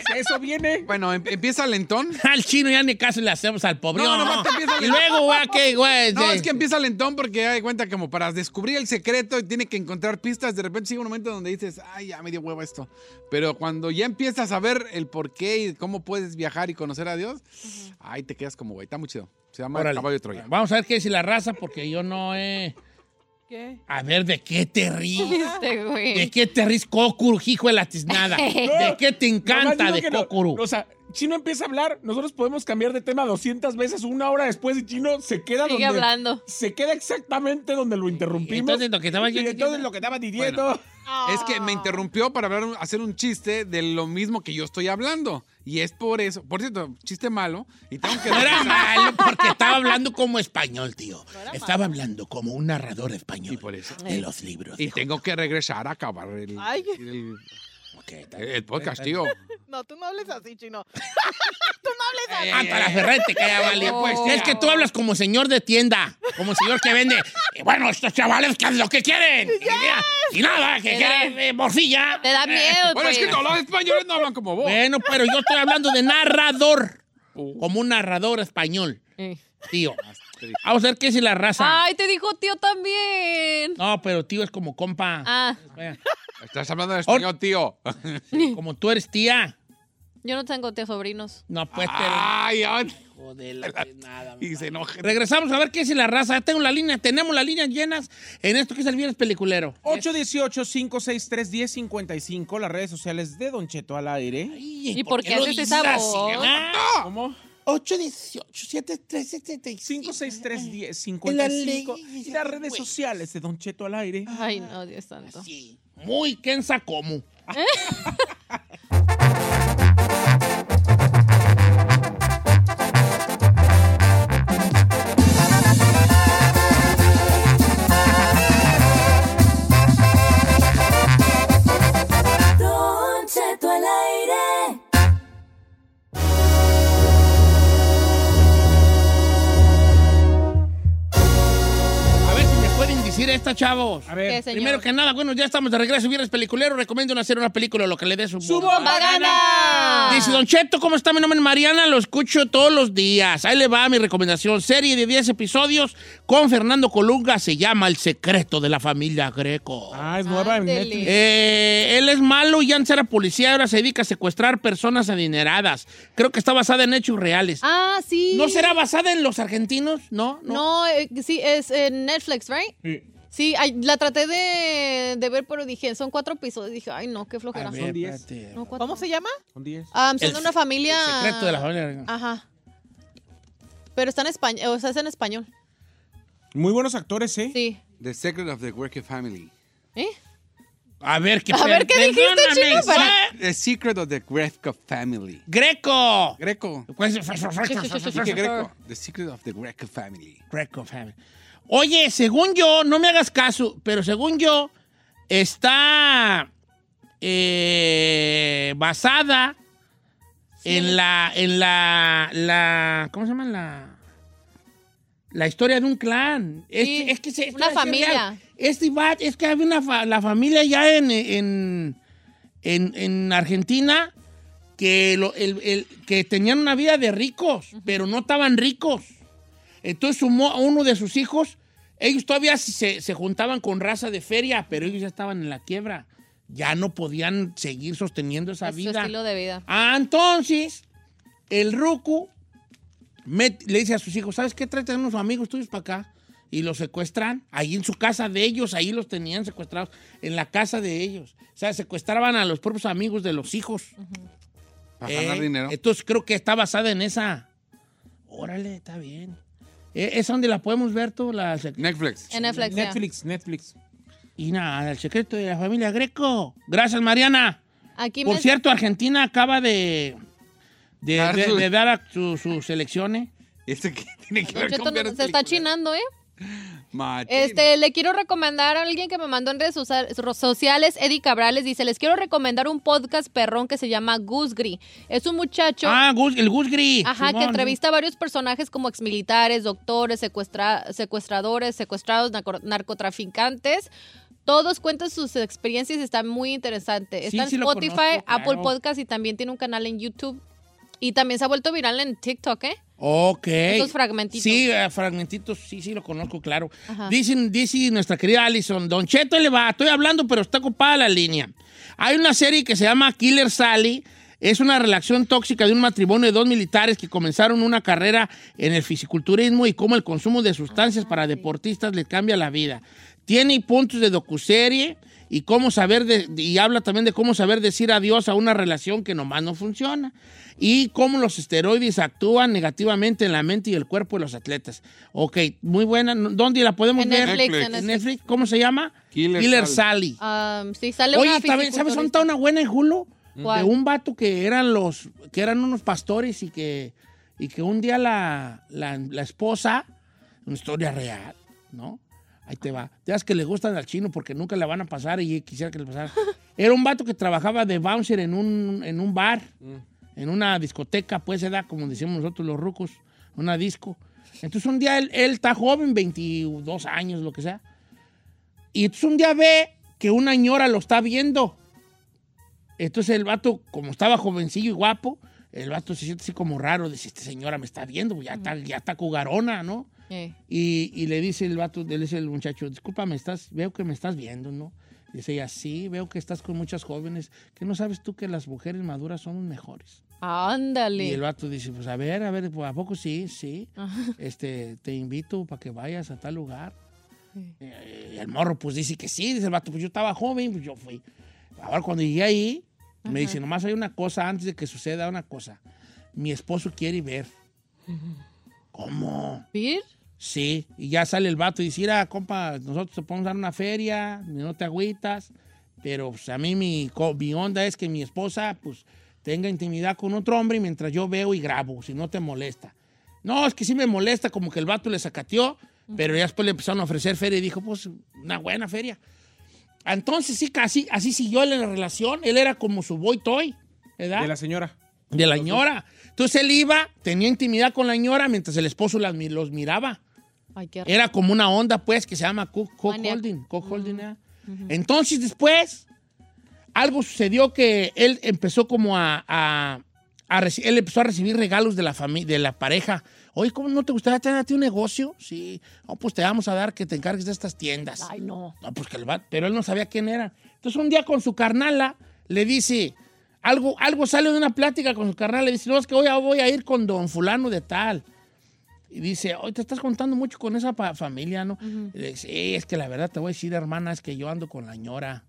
[SPEAKER 2] no? [laughs] Eso viene.
[SPEAKER 4] Bueno, em- empieza lentón.
[SPEAKER 1] [laughs] Al chino ya ni caso le hacemos al pobre.
[SPEAKER 4] No, nomás te empieza
[SPEAKER 1] Y
[SPEAKER 4] el-
[SPEAKER 1] luego, güey, ¿qué, güey?
[SPEAKER 4] No,
[SPEAKER 1] De-
[SPEAKER 4] es que empieza lentón porque hay cuenta como para descubrir el secreto y tiene que encontrar pistas. De repente llega un momento donde dices, ay, ya me dio huevo esto. Pero cuando ya empiezas a ver el por qué y cómo puedes viajar y conocer a Dios, ay, te quedas como, güey, está muy chido. Se llama
[SPEAKER 1] Órale.
[SPEAKER 4] Caballo de Troya.
[SPEAKER 1] Vamos a ver qué dice la raza, porque yo no he...
[SPEAKER 6] ¿Qué?
[SPEAKER 1] A ver, ¿de qué te
[SPEAKER 5] [laughs]
[SPEAKER 1] ríes?
[SPEAKER 5] Este
[SPEAKER 1] ¿De
[SPEAKER 5] güey.
[SPEAKER 1] qué te ríes, Kokuru, hijo de la tiznada? ¿De qué te encanta
[SPEAKER 2] Nomás digo
[SPEAKER 1] de
[SPEAKER 2] que no-
[SPEAKER 1] Kokuru?
[SPEAKER 2] o sea, Chino empieza a hablar, nosotros podemos cambiar de tema 200 veces, una hora después y Chino se queda
[SPEAKER 5] Sigue
[SPEAKER 2] donde...
[SPEAKER 5] hablando.
[SPEAKER 2] Se queda exactamente donde lo interrumpimos.
[SPEAKER 1] Entonces, lo que estaba
[SPEAKER 2] Y
[SPEAKER 1] yo
[SPEAKER 2] entonces
[SPEAKER 1] diciendo-
[SPEAKER 2] lo que estaba diciendo...
[SPEAKER 4] Es que me interrumpió para hablar, un- hacer un chiste de lo mismo que yo estoy hablando. Y es por eso. Por cierto, chiste malo. Y
[SPEAKER 1] [laughs]
[SPEAKER 4] tengo que.
[SPEAKER 1] No
[SPEAKER 4] [laughs]
[SPEAKER 1] era malo porque estaba hablando como español, tío. Estaba hablando como un narrador español
[SPEAKER 4] Y por eso.
[SPEAKER 1] de los libros.
[SPEAKER 4] Y tengo que regresar a acabar el,
[SPEAKER 6] Ay.
[SPEAKER 4] el-
[SPEAKER 1] Ok, está bien.
[SPEAKER 4] el podcast, tío.
[SPEAKER 6] No, tú no hables así,
[SPEAKER 5] [laughs]
[SPEAKER 6] chino.
[SPEAKER 1] Ah, para Ferrete, que ya vale.
[SPEAKER 5] [laughs] pues,
[SPEAKER 1] es que tú hablas como señor de tienda, como señor que vende. Y bueno, estos chavales que hacen lo que quieren. Y ya- Y, nada, que
[SPEAKER 5] Te da-
[SPEAKER 1] quieren eh, morcilla.
[SPEAKER 5] Te da miedo,
[SPEAKER 4] Bueno, es que
[SPEAKER 5] pues.
[SPEAKER 4] no, los españoles no hablan como vos.
[SPEAKER 1] Bueno, pero yo estoy hablando de narrador. Como un narrador español,
[SPEAKER 5] Uh. Eh. Ah.
[SPEAKER 1] tío. Vamos a ver qué es la raza.
[SPEAKER 5] Ay, te dijo tío también.
[SPEAKER 1] No, pero tío es como compa.
[SPEAKER 5] Ah,
[SPEAKER 1] Vaya,
[SPEAKER 4] Estás hablando de español, tío.
[SPEAKER 1] Como tú eres tía.
[SPEAKER 5] yo no tengo tío sobrinos.
[SPEAKER 1] No, pues,
[SPEAKER 5] Ah.
[SPEAKER 1] pero...
[SPEAKER 4] Ay, ay.
[SPEAKER 1] Hijo de la nada.
[SPEAKER 4] Y se enoja.
[SPEAKER 1] Regresamos a ver qué es la raza. Tengo la línea, tenemos las líneas llenas en esto que es el viernes peliculero.
[SPEAKER 2] 818-563-1055, las redes sociales de Don Cheto al aire.
[SPEAKER 1] Ay,
[SPEAKER 5] ¿Y por qué
[SPEAKER 1] lo
[SPEAKER 5] haces
[SPEAKER 1] dices
[SPEAKER 5] esa
[SPEAKER 1] así,
[SPEAKER 5] voz?
[SPEAKER 1] verdad?
[SPEAKER 2] ¿Cómo?
[SPEAKER 1] 563-1055.
[SPEAKER 2] 563-1055. Y las redes sociales de Don Cheto al aire.
[SPEAKER 5] Ay, no, Dios santo.
[SPEAKER 1] Sí, Muy kensa como. A ver si me pueden decir esta, chavos.
[SPEAKER 2] A
[SPEAKER 5] ¿Qué,
[SPEAKER 2] ver.
[SPEAKER 5] señor?
[SPEAKER 1] Primero que nada, bueno, ya estamos de regreso. Viernes peliculero. Recomiendo hacer una película, lo que le dé su.
[SPEAKER 2] ¡Subo
[SPEAKER 5] ¡Va a ganar!
[SPEAKER 1] Dice Don Cheto, ¿cómo está? Mi nombre es Mariana, lo escucho todos los días. Ahí le va mi recomendación. Serie de 10 episodios con Fernando Colunga se llama El secreto de la familia Greco.
[SPEAKER 2] Ah, es nueva en
[SPEAKER 5] Ándele.
[SPEAKER 2] Netflix.
[SPEAKER 1] Eh, él es malo y antes era policía, ahora se dedica a secuestrar personas adineradas. Creo que está basada en hechos reales.
[SPEAKER 5] Ah, sí.
[SPEAKER 1] ¿No será basada en los argentinos? No, no.
[SPEAKER 5] No, eh, sí, es en Netflix, ¿right? Sí, ay, la traté de, de ver, pero dije, son cuatro episodios. Dije, ay, no, qué
[SPEAKER 1] A
[SPEAKER 5] flojera.
[SPEAKER 1] ver,
[SPEAKER 2] Son diez.
[SPEAKER 1] espérate.
[SPEAKER 5] No, cuatro.
[SPEAKER 6] ¿Cómo se llama?
[SPEAKER 2] Con 10.
[SPEAKER 5] Ah, son
[SPEAKER 1] El
[SPEAKER 5] de
[SPEAKER 1] se-
[SPEAKER 5] una familia.
[SPEAKER 1] El secreto de la familia.
[SPEAKER 5] Ajá.
[SPEAKER 3] Pero está en español, o sea, es en español.
[SPEAKER 2] Muy buenos actores, ¿eh?
[SPEAKER 3] Sí.
[SPEAKER 4] The Secret of the Working Family.
[SPEAKER 3] ¿Eh?
[SPEAKER 1] A ver qué
[SPEAKER 3] A ver, ¿qué dijiste,
[SPEAKER 1] perdóname,
[SPEAKER 3] chino, para-
[SPEAKER 1] ¿sabes?
[SPEAKER 4] The Secret of the Greco Family.
[SPEAKER 1] Greco.
[SPEAKER 4] Greco.
[SPEAKER 1] Pues-
[SPEAKER 4] Dije Greco. The Secret of the Greco Family.
[SPEAKER 1] Greco family. Oye, según yo, no me hagas caso, pero según yo, está eh, basada en la. en la. la. ¿Cómo se llama? La. La historia de un clan. Es,
[SPEAKER 3] Sí,
[SPEAKER 1] es que se- esto
[SPEAKER 3] una
[SPEAKER 1] es real.
[SPEAKER 3] familia.
[SPEAKER 1] Este va- es que había una fa- la familia ya en, en, en- en Argentina que, lo- el- el- que tenían una vida de ricos, pero no estaban ricos. Entonces sumó a uno de sus hijos. Ellos todavía se, se juntaban con raza de feria, pero ellos ya estaban en la quiebra. Ya no podían seguir sosteniendo esa
[SPEAKER 5] Es su
[SPEAKER 1] vida.
[SPEAKER 5] estilo de vida.
[SPEAKER 1] Ah, entonces, el Ruku met- le dice a sus hijos, ¿sabes qué? Tráete a unos amigos tuyos para acá. Y los secuestran ahí en su casa de ellos, ahí los tenían secuestrados, en la casa de ellos. O sea, secuestraban a los propios amigos de los hijos.
[SPEAKER 4] Para
[SPEAKER 1] Eh,
[SPEAKER 4] ganar dinero.
[SPEAKER 1] Entonces creo que está basada en esa. Órale, está bien. Eh, ¿Es donde la podemos ver tú? La sec-
[SPEAKER 4] Netflix. [laughs]
[SPEAKER 5] En Netflix. ya.
[SPEAKER 2] Netflix, Netflix.
[SPEAKER 1] y nada, el secreto de la familia Greco. Gracias, Mariana.
[SPEAKER 5] Aquí
[SPEAKER 1] Por
[SPEAKER 5] me-
[SPEAKER 1] cierto, Argentina acaba de, de,
[SPEAKER 4] Dar
[SPEAKER 1] de-
[SPEAKER 4] su-
[SPEAKER 1] de dar a su- ¿eh? sus elecciones.
[SPEAKER 4] ¿Este que tiene que
[SPEAKER 5] Don
[SPEAKER 4] ver
[SPEAKER 5] Cheto,
[SPEAKER 4] con ver
[SPEAKER 5] se está
[SPEAKER 4] películas?
[SPEAKER 5] chinando, ¿eh?
[SPEAKER 4] Machín.
[SPEAKER 5] Este, le quiero recomendar a alguien que me mandó en redes socia- ro- sociales, Eddie Cabrales, dice, les quiero recomendar un podcast perrón que se llama Gusgri. Es un muchacho...
[SPEAKER 1] Ah, Gus- el Gus Gris.
[SPEAKER 5] Ajá,
[SPEAKER 1] Simón,
[SPEAKER 5] que
[SPEAKER 1] sí.
[SPEAKER 5] entrevista a varios personajes como exmilitares, doctores, secuestra- secuestradores, secuestrados, narco- narcotraficantes. Todos cuentan sus experiencias y está muy interesante.
[SPEAKER 1] Sí,
[SPEAKER 5] Está en
[SPEAKER 1] sí lo
[SPEAKER 5] Spotify,
[SPEAKER 1] conozco, claro.
[SPEAKER 5] Apple Podcast y también tiene un canal en YouTube. Y también se ha vuelto viral en TikTok, ¿eh?
[SPEAKER 1] Ok.
[SPEAKER 5] Esos fragmentitos.
[SPEAKER 1] Sí, eh, fragmentitos, sí, sí, lo conozco, claro.
[SPEAKER 5] Ajá.
[SPEAKER 1] Dicen, dice nuestra querida Allison, Don Cheto le va, estoy hablando, pero está ocupada la línea. Hay una serie que se llama Killer Sally. Es una relación tóxica de un matrimonio de dos militares que comenzaron una carrera en el fisiculturismo y cómo el consumo de
[SPEAKER 5] Ah,
[SPEAKER 1] sustancias para deportistas les cambia la vida. Tiene puntos de docuserie y cómo saber de- y habla también de cómo saber decir adiós a una relación que nomás no funciona y cómo los esteroides actúan negativamente en la mente y el cuerpo de los atletas. Ok, muy buena. ¿Dónde la podemos
[SPEAKER 5] En
[SPEAKER 1] ver?
[SPEAKER 5] Netflix.
[SPEAKER 4] Netflix.
[SPEAKER 5] en
[SPEAKER 1] En
[SPEAKER 5] Netflix.
[SPEAKER 1] Netflix. ¿Cómo se llama?
[SPEAKER 4] Killer
[SPEAKER 1] Sally.
[SPEAKER 5] Ah, sí, sale
[SPEAKER 1] Oye,
[SPEAKER 5] una
[SPEAKER 1] también, ¿sabes? Son
[SPEAKER 5] fisiculturista.
[SPEAKER 1] tan una buena en Hulu de
[SPEAKER 5] ¿Cuál?
[SPEAKER 1] un vato que eran los, que eran unos pastores y que, y que un día la, la, la esposa, una historia real, ¿no? Ahí te va. Te das que le gustan al chino porque nunca la van a pasar y quisiera que le pasara. Era un vato que trabajaba de bouncer en un, en un bar, en una discoteca, pues edad, como decimos nosotros los rucos, una disco. Entonces un día él, él está joven, 22 años, lo que sea. Y entonces un día ve que una ñora lo está viendo. Entonces el vato, como estaba jovencillo y guapo, el vato se siente así como raro, dice, esta señora me está viendo, ya está, ya está cugarona, ¿no?
[SPEAKER 5] Eh,
[SPEAKER 1] Y, y le dice el vato, le dice el muchacho, discúlpame, estás, veo que me estás viendo, ¿no? Dice ella, sí, veo que estás con muchas jóvenes, que no sabes tú que las mujeres maduras son mejores. Y el
[SPEAKER 5] Ándale.
[SPEAKER 1] vato dice, pues a ver, a ver, pues, ¿a poco sí? Sí. Este, te invito para que vayas a tal lugar. Eh, y el morro pues dice que sí, dice el vato, pues yo estaba joven, pues yo fui. Ahora cuando llegué ahí, me dice, nomás hay una cosa antes de que suceda una cosa. Mi esposo quiere ver. ¿Cómo?
[SPEAKER 5] ¿Vir?
[SPEAKER 1] Sí, y ya sale el vato y dice, mira, compa, nosotros te podemos dar una feria, no te agüitas, pero pues, a mí mi, co- mi onda es que mi esposa pues tenga intimidad con otro hombre mientras yo veo y grabo, si no te molesta. No, es que sí me molesta, como que el vato le sacateó, pero ya después le empezaron a ofrecer feria y dijo, pues, una buena feria. Entonces sí, casi, así siguió él en la relación, él era como su boy toy, ¿verdad?
[SPEAKER 2] De la señora.
[SPEAKER 1] De la ñora. Entonces él iba, tenía intimidad con la ñora mientras el esposo las mi- los miraba.
[SPEAKER 5] Ay, qué raro.
[SPEAKER 1] Era como una onda, pues, que se llama co
[SPEAKER 5] Maníaco.
[SPEAKER 1] holding. holding ¿eh? Entonces, después, algo sucedió que él empezó como a. a- a reci- él empezó a recibir regalos de la, fami- de la pareja. Oye, ¿cómo no te gustaría tener a ti un negocio? Sí. No, pues te vamos a dar que te encargues de estas tiendas.
[SPEAKER 5] Ay, no.
[SPEAKER 1] No, pues que el vato- pero él no sabía quién era. Entonces un día con su carnala le dice, algo, algo sale de una plática con su carnala, le dice, no, es que hoy voy a ir con don fulano de tal. Y dice, hoy te estás contando mucho con esa pa- familia, "Eh, ¿no? Y le dice, "Sí, es que la verdad te voy a decir, hermana, es que yo ando con la ñora.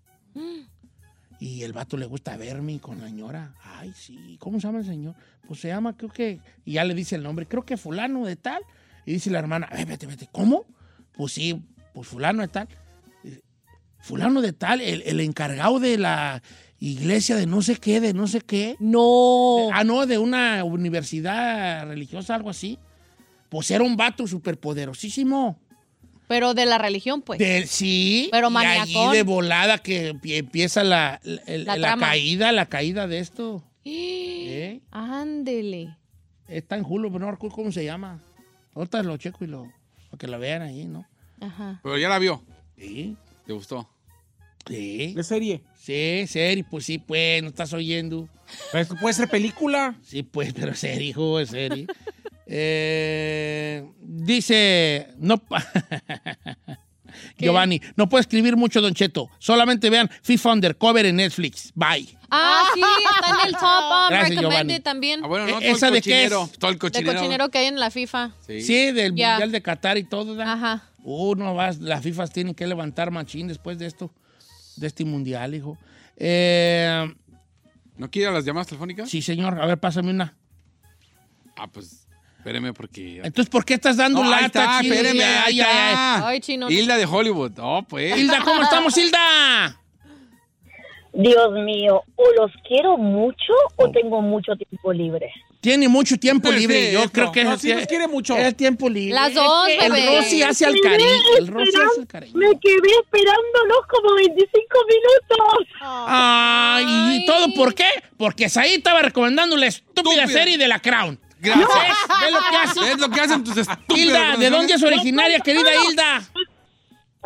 [SPEAKER 1] Y el vato le gusta verme con la señora. Ay, sí. ¿Cómo se llama el señor? Pues se llama, creo que. Y ya le dice el nombre, creo que Fulano de tal. Y dice la hermana, "A ver, vete, vete. ¿Cómo? Pues sí, pues Fulano de tal. Dice, Fulano de tal, el, el encargado de la iglesia de no sé qué, de no sé qué.
[SPEAKER 3] No.
[SPEAKER 1] Ah, no, de una universidad religiosa, algo así. Pues era un vato superpoderosísimo.
[SPEAKER 5] Pero de la religión, pues. [gasps]
[SPEAKER 1] Del sí.
[SPEAKER 5] Pero
[SPEAKER 1] y allí
[SPEAKER 5] maniacón.
[SPEAKER 1] de volada que empie- empieza la, la- el-
[SPEAKER 5] La
[SPEAKER 1] la
[SPEAKER 5] trama.
[SPEAKER 1] caída, la caída de esto. ¿Eh?
[SPEAKER 5] Ándele.
[SPEAKER 1] Está en Hulu, pero no recuerdo cómo se llama. Ahorita lo checo y lo. Para que la vean ahí, ¿no?
[SPEAKER 5] Ajá.
[SPEAKER 4] Pero ya la vio.
[SPEAKER 1] Sí.
[SPEAKER 4] ¿Te gustó?
[SPEAKER 1] Sí.
[SPEAKER 2] De serie.
[SPEAKER 1] Sí, serio, pues sí, pues, no estás oyendo.
[SPEAKER 2] Pues, puede ser película.
[SPEAKER 1] Sí, pues, [laughs] pero serio, hijo, es serio. Eh, dice, no, pa- [laughs] Giovanni, no puedo escribir mucho, Don Cheto. Solamente vean FIFA Undercover en Netflix. Bye.
[SPEAKER 5] Ah, sí, está en el top um,
[SPEAKER 1] Gracias,
[SPEAKER 5] recommended
[SPEAKER 1] Giovanni.
[SPEAKER 5] también.
[SPEAKER 4] Ah, bueno, no,
[SPEAKER 1] Eh, ¿esa
[SPEAKER 4] todo
[SPEAKER 1] de
[SPEAKER 4] el
[SPEAKER 1] qué es?
[SPEAKER 4] cochinero. Todo el
[SPEAKER 5] de
[SPEAKER 4] cochinero.
[SPEAKER 5] cochinero que hay en la FIFA.
[SPEAKER 4] Sí.
[SPEAKER 1] Sí, del
[SPEAKER 5] Ya.
[SPEAKER 1] Mundial de Qatar y todo. ¿verdad?
[SPEAKER 5] Ajá.
[SPEAKER 1] Uno más, las FIFAs tienen que levantar machín después de esto, de este Mundial, hijo. Eh,
[SPEAKER 4] ¿No quiere las llamadas telefónicas?
[SPEAKER 1] sí, señor, a ver, pásame una.
[SPEAKER 4] Ah, pues espéreme porque...
[SPEAKER 1] Entonces, ¿por qué estás dando
[SPEAKER 4] No, ahí
[SPEAKER 1] lata,
[SPEAKER 4] está,
[SPEAKER 1] chino?
[SPEAKER 4] espéreme,
[SPEAKER 1] Ya,
[SPEAKER 4] ahí
[SPEAKER 1] ya, ya.
[SPEAKER 4] está.
[SPEAKER 5] Ay, chino.
[SPEAKER 4] Hilda de Hollywood. Oh, pues.
[SPEAKER 1] Hilda, ¿cómo estamos, Hilda?
[SPEAKER 9] Dios mío, o los quiero mucho
[SPEAKER 1] Oh.
[SPEAKER 9] o tengo mucho tiempo libre.
[SPEAKER 1] Tiene mucho tiempo
[SPEAKER 2] Sí,
[SPEAKER 1] libre.
[SPEAKER 2] sí,
[SPEAKER 1] Yo
[SPEAKER 2] no,
[SPEAKER 1] creo que
[SPEAKER 2] no,
[SPEAKER 1] es,
[SPEAKER 2] sí nos quiere mucho.
[SPEAKER 1] es tiempo libre.
[SPEAKER 5] Las dos,
[SPEAKER 1] El
[SPEAKER 5] bebé.
[SPEAKER 1] Rosy hace al cariño. El Rosy hace al cariño.
[SPEAKER 9] Me quedé esperándolos como 25 minutos.
[SPEAKER 1] Ay, ¿y todo por qué? Porque Saí estaba recomendando la estúpida
[SPEAKER 4] Estúpida.
[SPEAKER 1] serie de La Crown.
[SPEAKER 4] [laughs] Gracias.
[SPEAKER 1] ¿Ves lo que hace?
[SPEAKER 4] Es lo que hacen tus estúpidas
[SPEAKER 1] Hilda, ¿de
[SPEAKER 4] organizaciones?
[SPEAKER 1] dónde es originaria, querida Hilda?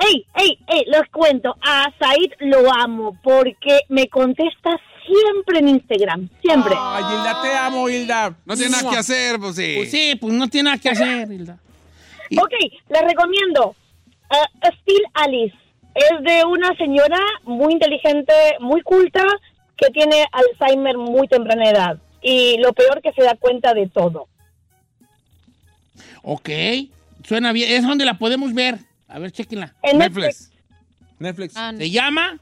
[SPEAKER 9] Ey, ey, ey, Eh, los cuento. A Said lo amo porque me contesta siempre en Instagram. Siempre.
[SPEAKER 2] Ay, Hilda, te amo, Hilda.
[SPEAKER 4] No tiene nada que hacer, pues sí.
[SPEAKER 1] Pues sí, pues no tiene nada que hacer, Hilda. Y-
[SPEAKER 9] Ok, les recomiendo. eh, Still Alice. Es de una señora muy inteligente, muy culta, que tiene Alzheimer muy temprana edad. Y lo peor que se da cuenta de todo.
[SPEAKER 1] Ok, suena bien. Es donde la podemos ver. A ver, chequenla.
[SPEAKER 9] En Netflix,
[SPEAKER 4] Netflix.
[SPEAKER 2] Netflix.
[SPEAKER 5] Ah, no.
[SPEAKER 1] Se llama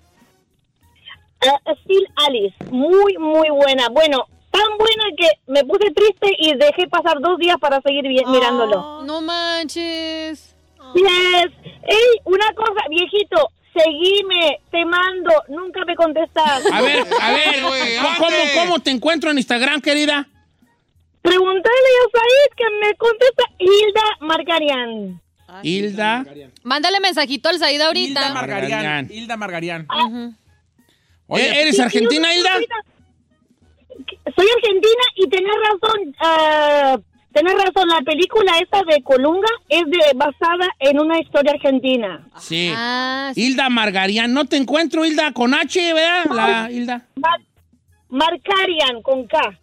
[SPEAKER 9] eh, Still Alice. Muy, muy buena. Bueno, tan buena que me puse triste y dejé pasar dos días para seguir vi- mirándolo.
[SPEAKER 5] No manches.
[SPEAKER 9] Yes. Ey, una cosa, viejito. Seguime, te mando, nunca me contestas.
[SPEAKER 1] A ver,
[SPEAKER 2] [laughs]
[SPEAKER 1] a ver,
[SPEAKER 4] Güey,
[SPEAKER 1] ¿cómo- ¿cómo,
[SPEAKER 4] ande.
[SPEAKER 1] cómo te encuentro en Instagram, querida?
[SPEAKER 9] Preguntale a Said que me contesta Hilda Margarian.
[SPEAKER 1] Hilda. ¿E-,
[SPEAKER 5] Mándale mensajito al Said
[SPEAKER 2] Hilda
[SPEAKER 5] ahorita.
[SPEAKER 1] Margarian.
[SPEAKER 2] Margarian. Hilda Margarian.
[SPEAKER 1] ¿E- ¿Eres
[SPEAKER 9] Sí,
[SPEAKER 1] argentina,
[SPEAKER 9] sí, yo
[SPEAKER 1] Hilda?
[SPEAKER 9] soy argentina. Soy argentina y tenés razón, ah, tenés razón, la película esta de Colunga es de- basada en una historia argentina.
[SPEAKER 1] Sí.
[SPEAKER 5] Ah, sí.
[SPEAKER 1] Hilda Margarian. No te encuentro, Hilda, con H, ¿verdad? La Hilda.
[SPEAKER 9] Mar- Marcarian con K.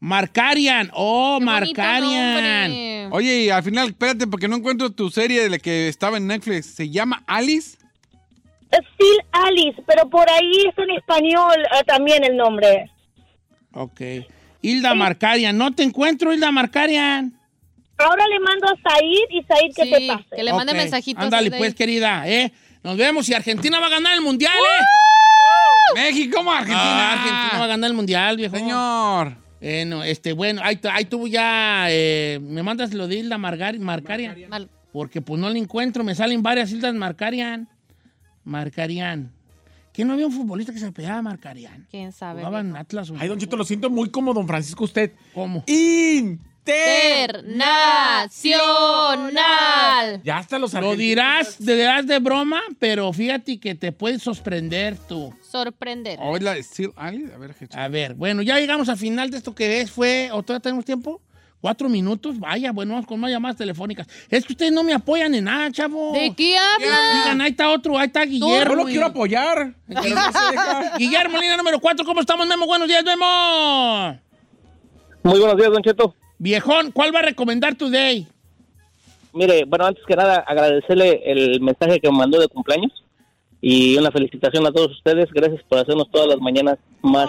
[SPEAKER 1] Marcarian. Oh,
[SPEAKER 5] Qué bonito
[SPEAKER 1] Marcarian.
[SPEAKER 5] nombre.
[SPEAKER 4] Oye, y al final, espérate, porque no encuentro tu serie de la que estaba en Netflix. ¿Se llama Alice?
[SPEAKER 9] Still Alice, pero por ahí es en español ah, también el nombre.
[SPEAKER 1] Ok. Hilda Marcarian. No te encuentro, Hilda Marcarian.
[SPEAKER 9] Ahora le mando a Said y Said que
[SPEAKER 5] Sí,
[SPEAKER 9] te pase.
[SPEAKER 5] que le mande
[SPEAKER 1] Ok.
[SPEAKER 5] mensajitos.
[SPEAKER 1] Ándale,
[SPEAKER 5] al Said.
[SPEAKER 1] pues, querida, ¿eh? Nos vemos y Argentina va a ganar el mundial, ¿eh?
[SPEAKER 4] México, como
[SPEAKER 1] Ah,
[SPEAKER 4] Argentina.
[SPEAKER 1] Argentina va a ganar el mundial, viejo.
[SPEAKER 4] Señor.
[SPEAKER 1] Eh, no, este, bueno, ahí, tu- ahí tuvo ya. eh, me mandas lo de Hilda Margar- Marcarian.
[SPEAKER 5] Mal-
[SPEAKER 1] Porque pues no la encuentro. Me salen varias Hildas Marcarian. Marcarian. ¿Que no había un futbolista que se apellidaba Marcarian?
[SPEAKER 5] ¿Quién sabe?
[SPEAKER 1] Jugaba en Atlas. o-
[SPEAKER 2] Ay, Don Chito, lo siento muy como Don Francisco usted.
[SPEAKER 1] ¿Cómo?
[SPEAKER 5] Internacional.
[SPEAKER 2] Ya hasta los
[SPEAKER 1] Lo
[SPEAKER 2] argentinos-
[SPEAKER 1] dirás, te dirás de broma, pero fíjate que te puede sorprender tú.
[SPEAKER 5] Sorprender.
[SPEAKER 1] Oh.
[SPEAKER 4] ¿O es la Still Alice? A ver, gente.
[SPEAKER 1] A ver, bueno, ya llegamos al final de esto que es, fue, o todavía tenemos tiempo, cuatro minutos, vaya, bueno, vamos con más llamadas telefónicas. Es que ustedes no me apoyan en nada, chavo.
[SPEAKER 5] ¿De qué habla?
[SPEAKER 1] Digan, ahí está otro, ahí está Guillermo.
[SPEAKER 2] Yo lo
[SPEAKER 1] y-
[SPEAKER 2] quiero apoyar. pero no
[SPEAKER 1] [laughs]
[SPEAKER 2] se deja.
[SPEAKER 1] Guillermo, línea número 4, ¿cómo estamos, Memo? Buenos días, Memo.
[SPEAKER 10] Muy buenos días, Don Cheto.
[SPEAKER 1] Viejón, ¿cuál va a recomendar today?
[SPEAKER 10] Mire, bueno, antes que nada, agradecerle el mensaje que me mandó de cumpleaños y una felicitación a todos ustedes. Gracias por hacernos todas las mañanas más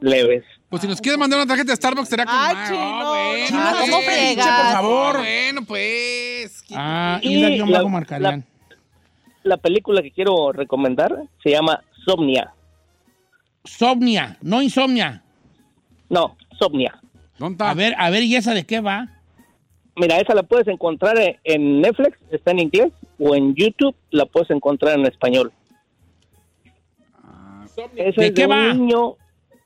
[SPEAKER 10] leves.
[SPEAKER 4] Pues si nos quieres mandar una tarjeta de Starbucks, será con...
[SPEAKER 6] Ay,
[SPEAKER 4] Ah,
[SPEAKER 6] chino,
[SPEAKER 4] bueno,
[SPEAKER 6] chino,
[SPEAKER 4] pues.
[SPEAKER 5] ¿cómo fregas?
[SPEAKER 4] Por favor. Bueno, pues.
[SPEAKER 1] Ah,
[SPEAKER 10] Y
[SPEAKER 1] Hilda Guión
[SPEAKER 10] la-
[SPEAKER 1] Bajo Marcarian.
[SPEAKER 10] La película que quiero recomendar se llama Somnia.
[SPEAKER 1] Somnia, no insomnia.
[SPEAKER 10] No, Somnia.
[SPEAKER 1] A ver, a ver, ¿y esa de qué va?
[SPEAKER 10] Mira, esa la puedes encontrar en- en Netflix, está en inglés, o en YouTube la puedes encontrar en español. Esa
[SPEAKER 1] Ah. ¿De
[SPEAKER 10] es
[SPEAKER 1] qué
[SPEAKER 10] de
[SPEAKER 1] va?
[SPEAKER 10] Un niño,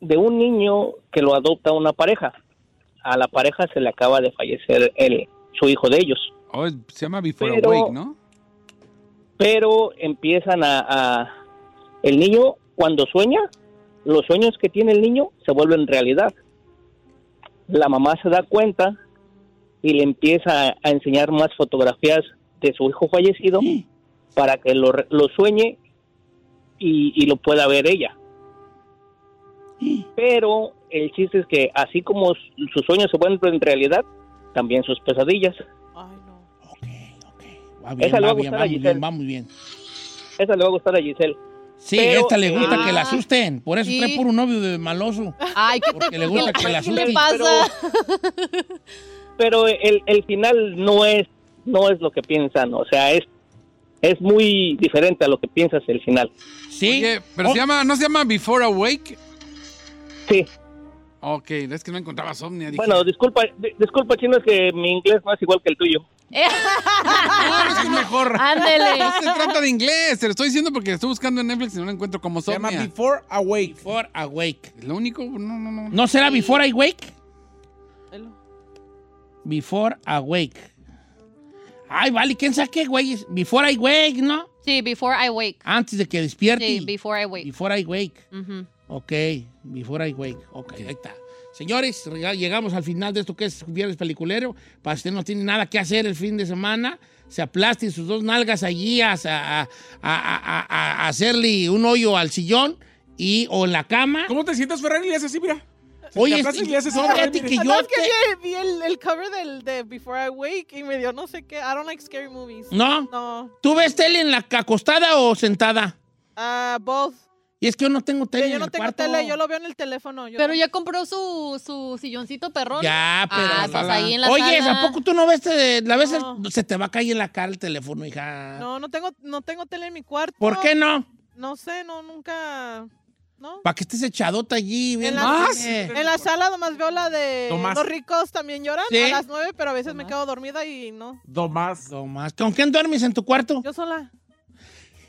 [SPEAKER 10] de un niño que lo adopta una pareja. A la pareja se le acaba de fallecer el, su hijo de ellos.
[SPEAKER 4] Oh, es- se llama Before
[SPEAKER 10] Pero-
[SPEAKER 4] Awake, ¿no?
[SPEAKER 10] Pero empiezan a, a- El niño, cuando sueña, los sueños que tiene el niño se vuelven realidad. La mamá se da cuenta y le empieza a enseñar más fotografías de su hijo fallecido para que lo, re- lo sueñe y, y lo pueda ver ella. Pero el chiste es que así como s- sus sueños se vuelven en realidad, también sus pesadillas.
[SPEAKER 1] Va Ah, bien,
[SPEAKER 10] Esa le va
[SPEAKER 1] va
[SPEAKER 10] a
[SPEAKER 1] bien,
[SPEAKER 10] gustar
[SPEAKER 1] va
[SPEAKER 10] a
[SPEAKER 1] muy
[SPEAKER 10] Giselle.
[SPEAKER 1] bien, va muy bien.
[SPEAKER 10] Esa le va a gustar a Giselle.
[SPEAKER 1] Sí,
[SPEAKER 10] Pero Ah.
[SPEAKER 1] esta le gusta
[SPEAKER 10] el-
[SPEAKER 1] que la asusten. Por eso
[SPEAKER 10] Sí.
[SPEAKER 1] trae puro novio de
[SPEAKER 5] [laughs]
[SPEAKER 1] maloso.
[SPEAKER 5] Ay, ¿qué
[SPEAKER 1] Porque le gusta que la asusten.
[SPEAKER 10] Pero el, el final no es no es lo que piensan, o sea, es es muy diferente a lo que piensas el final.
[SPEAKER 1] Sí. Oh.
[SPEAKER 4] Pero se llama, ¿no se llama Before Awake?
[SPEAKER 10] Sí.
[SPEAKER 4] Ok, es que no encontraba Somnia. Dije,
[SPEAKER 10] Bueno, disculpa, di- disculpa chino, es que mi inglés no es igual que el tuyo.
[SPEAKER 4] es mejor.
[SPEAKER 5] Ándele.
[SPEAKER 4] No se trata de inglés. Te lo estoy diciendo porque estoy buscando en Netflix y no lo encuentro como
[SPEAKER 1] Se llama
[SPEAKER 4] Somnia.
[SPEAKER 2] Before Awake.
[SPEAKER 1] Before Awake.
[SPEAKER 4] Lo único, no, no, no.
[SPEAKER 1] ¿No será Before Awake? Before Awake. Ay, vale, ¿quién sabe qué, güey? es? Before I wake, ¿no?
[SPEAKER 5] Sí, before I wake.
[SPEAKER 1] Antes de que despierte.
[SPEAKER 5] Sí, before I wake.
[SPEAKER 1] Before I wake.
[SPEAKER 5] Ujú.
[SPEAKER 1] Ok, before I wake. Ok, ahí está. Señores, rega- llegamos al final de esto que es Viernes Peliculero. Para si usted no tiene nada que hacer el fin de semana, se aplasten sus dos nalgas allí a, a- a- a- a- a hacerle un hoyo al sillón y, o en la cama.
[SPEAKER 2] ¿Cómo te sientes, Ferrari? Y le haces así, mira.
[SPEAKER 1] Oye,
[SPEAKER 2] te aplastas
[SPEAKER 1] este-
[SPEAKER 2] y le haces
[SPEAKER 1] no,
[SPEAKER 2] ahora,
[SPEAKER 1] fíjate
[SPEAKER 2] mire.
[SPEAKER 1] que yo
[SPEAKER 6] ¿Sabes que
[SPEAKER 1] te-
[SPEAKER 6] vi, vi el, el cover del, de Before I Wake y me dio no sé qué? I don't like scary movies.
[SPEAKER 1] ¿No?
[SPEAKER 6] No.
[SPEAKER 1] ¿Tú ves tele en la ca- acostada o sentada?
[SPEAKER 6] Ah, both.
[SPEAKER 1] Y es que yo no tengo tele
[SPEAKER 6] yo
[SPEAKER 1] en
[SPEAKER 6] no
[SPEAKER 1] el
[SPEAKER 6] tengo
[SPEAKER 1] cuarto.
[SPEAKER 6] tele, yo lo veo en el teléfono. yo
[SPEAKER 5] Pero
[SPEAKER 6] tam-
[SPEAKER 5] ya compró su, su silloncito perrón.
[SPEAKER 1] Ya, pero.
[SPEAKER 5] Ah, pues ahí en la
[SPEAKER 1] Oye,
[SPEAKER 5] sala.
[SPEAKER 1] ¿a poco tú no ves? te- la ves el-
[SPEAKER 6] No.
[SPEAKER 1] se te va a caer en la cara el teléfono, hija.
[SPEAKER 6] No, no tengo, no tengo tele en mi cuarto.
[SPEAKER 1] ¿Por qué no?
[SPEAKER 6] No sé, no, nunca. ¿No?
[SPEAKER 1] Para que estés echadota allí.
[SPEAKER 6] En
[SPEAKER 1] bien
[SPEAKER 6] la,
[SPEAKER 1] ¿Más?
[SPEAKER 6] en la sala nomás veo la de
[SPEAKER 1] Nomás.
[SPEAKER 6] los ricos también lloran
[SPEAKER 1] Sí.
[SPEAKER 6] a las nueve, pero a veces me quedo dormida y no.
[SPEAKER 2] Tomás.
[SPEAKER 1] Tomás. ¿Con quién duermes en tu cuarto?
[SPEAKER 6] Yo sola.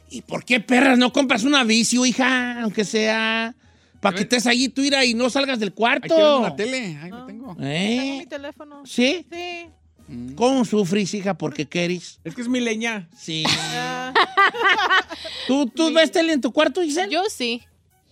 [SPEAKER 1] ¿Y por qué, perras, no compras una vicio, hija? Aunque sea. Para que estés allí, tú ira y no salgas del
[SPEAKER 4] Ahí tengo
[SPEAKER 1] cuarto.
[SPEAKER 4] la tele. Ahí la tengo.
[SPEAKER 6] Tengo mi
[SPEAKER 1] ¿Eh?
[SPEAKER 6] teléfono.
[SPEAKER 1] ¿Sí?
[SPEAKER 6] Sí.
[SPEAKER 1] ¿Cómo sufrís, hija? Porque querís.
[SPEAKER 2] Es que es mi leña.
[SPEAKER 1] Sí. ¿Tú, tú ves tele en tu cuarto, Giselle?
[SPEAKER 5] Yo sí.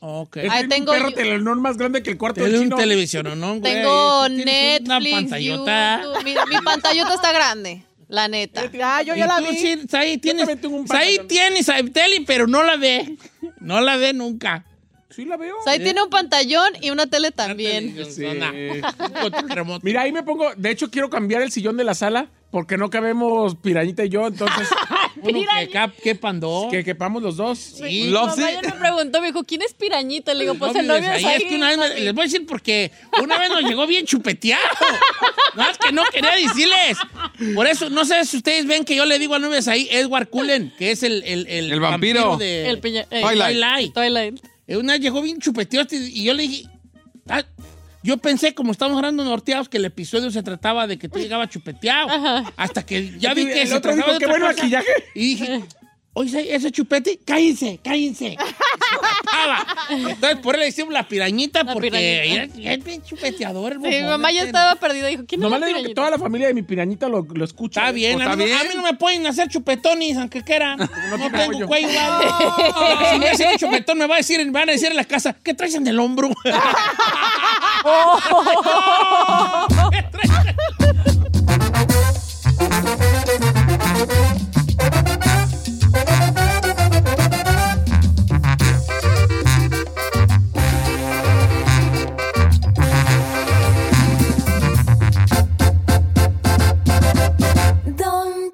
[SPEAKER 1] Ok.
[SPEAKER 2] Es
[SPEAKER 5] Ahí
[SPEAKER 2] un
[SPEAKER 5] tengo
[SPEAKER 2] perro
[SPEAKER 5] yo-
[SPEAKER 2] telenor más grande que el cuarto
[SPEAKER 1] Tele
[SPEAKER 2] del
[SPEAKER 1] un
[SPEAKER 2] chino.
[SPEAKER 1] televisión, ¿no, güey?
[SPEAKER 5] Tengo
[SPEAKER 1] Tú tienes una
[SPEAKER 5] Netflix,
[SPEAKER 1] pantallota.
[SPEAKER 5] YouTube. Mi, mi pantallota está grande, la neta.
[SPEAKER 6] Ya, Ah, yo ya
[SPEAKER 1] Y
[SPEAKER 6] la
[SPEAKER 1] tú,
[SPEAKER 6] vi.
[SPEAKER 1] sí, ahí tienes,
[SPEAKER 2] también tengo un
[SPEAKER 1] ahí
[SPEAKER 2] pantallón.
[SPEAKER 1] tienes ahí tele, pero no la ve. No la ve nunca.
[SPEAKER 2] Sí, la veo.
[SPEAKER 5] O sea, ahí tiene un pantallón y una tele también.
[SPEAKER 1] Sí. Control remoto.
[SPEAKER 2] Mira, ahí me pongo. De hecho, quiero cambiar el sillón de la sala porque no cabemos Pirañita y
[SPEAKER 1] [laughs]
[SPEAKER 2] yo, entonces
[SPEAKER 1] Uno que cap, que pandó.
[SPEAKER 2] que quepamos los dos.
[SPEAKER 1] Sí.
[SPEAKER 5] Mi mamá
[SPEAKER 4] Love Sick.
[SPEAKER 5] ayer me preguntó, me dijo, ¿quién es Pirañita? Le digo, pues el
[SPEAKER 1] Obvio,
[SPEAKER 5] novio
[SPEAKER 1] ahí
[SPEAKER 5] de
[SPEAKER 1] es que una vez me- les voy a decir porque una vez nos llegó bien chupeteado. Nada más que no quería decirles. Por eso, no sé si ustedes ven que yo le digo a Nubes ahí, Edward Cullen, que es el, el,
[SPEAKER 4] El vampiro.
[SPEAKER 1] de
[SPEAKER 5] El piña- eh,
[SPEAKER 4] Twilight.
[SPEAKER 1] Twilight.
[SPEAKER 5] Twilight.
[SPEAKER 1] Eh, Una vez llegó bien chupeteado este, y yo le dije. "Ah", yo pensé, como estamos hablando norteados, que el episodio se trataba de que tú llegabas chupeteado. Hasta que ya vi que
[SPEAKER 2] el
[SPEAKER 1] se
[SPEAKER 2] otro dijo,
[SPEAKER 1] trataba de
[SPEAKER 2] qué
[SPEAKER 1] otra
[SPEAKER 2] buen
[SPEAKER 1] cosa".
[SPEAKER 2] maquillaje.
[SPEAKER 1] Y dije, oye, ese chupete, cállense,
[SPEAKER 5] [laughs]
[SPEAKER 1] cállense. Y se tapaba. Entonces, por eso le hicimos la pirañita,
[SPEAKER 5] La
[SPEAKER 1] porque
[SPEAKER 5] pirañita.
[SPEAKER 1] era- era bien chupeteador. el
[SPEAKER 5] Sí, mi
[SPEAKER 1] bobón,
[SPEAKER 5] mamá ya
[SPEAKER 1] este,
[SPEAKER 5] estaba perdida. Dijo, ¿quién
[SPEAKER 2] Nomás
[SPEAKER 5] es
[SPEAKER 2] le digo que
[SPEAKER 5] Pirañita?
[SPEAKER 2] toda la familia de mi Pirañita lo, lo escucha.
[SPEAKER 1] Está bien,
[SPEAKER 4] Pues,
[SPEAKER 1] a, mí,
[SPEAKER 4] está
[SPEAKER 1] no- a
[SPEAKER 4] bien.
[SPEAKER 1] mí no me pueden hacer chupetones, aunque quieran. No,
[SPEAKER 2] tiene
[SPEAKER 5] [laughs]
[SPEAKER 1] tengo
[SPEAKER 2] cuello.
[SPEAKER 1] cuello. vale. Si me hacen un chupetón, me va a decir, me van a decir en la casa, ¿qué traes en el hombro?
[SPEAKER 5] [laughs]
[SPEAKER 1] ¿Qué traes en el-
[SPEAKER 11] Don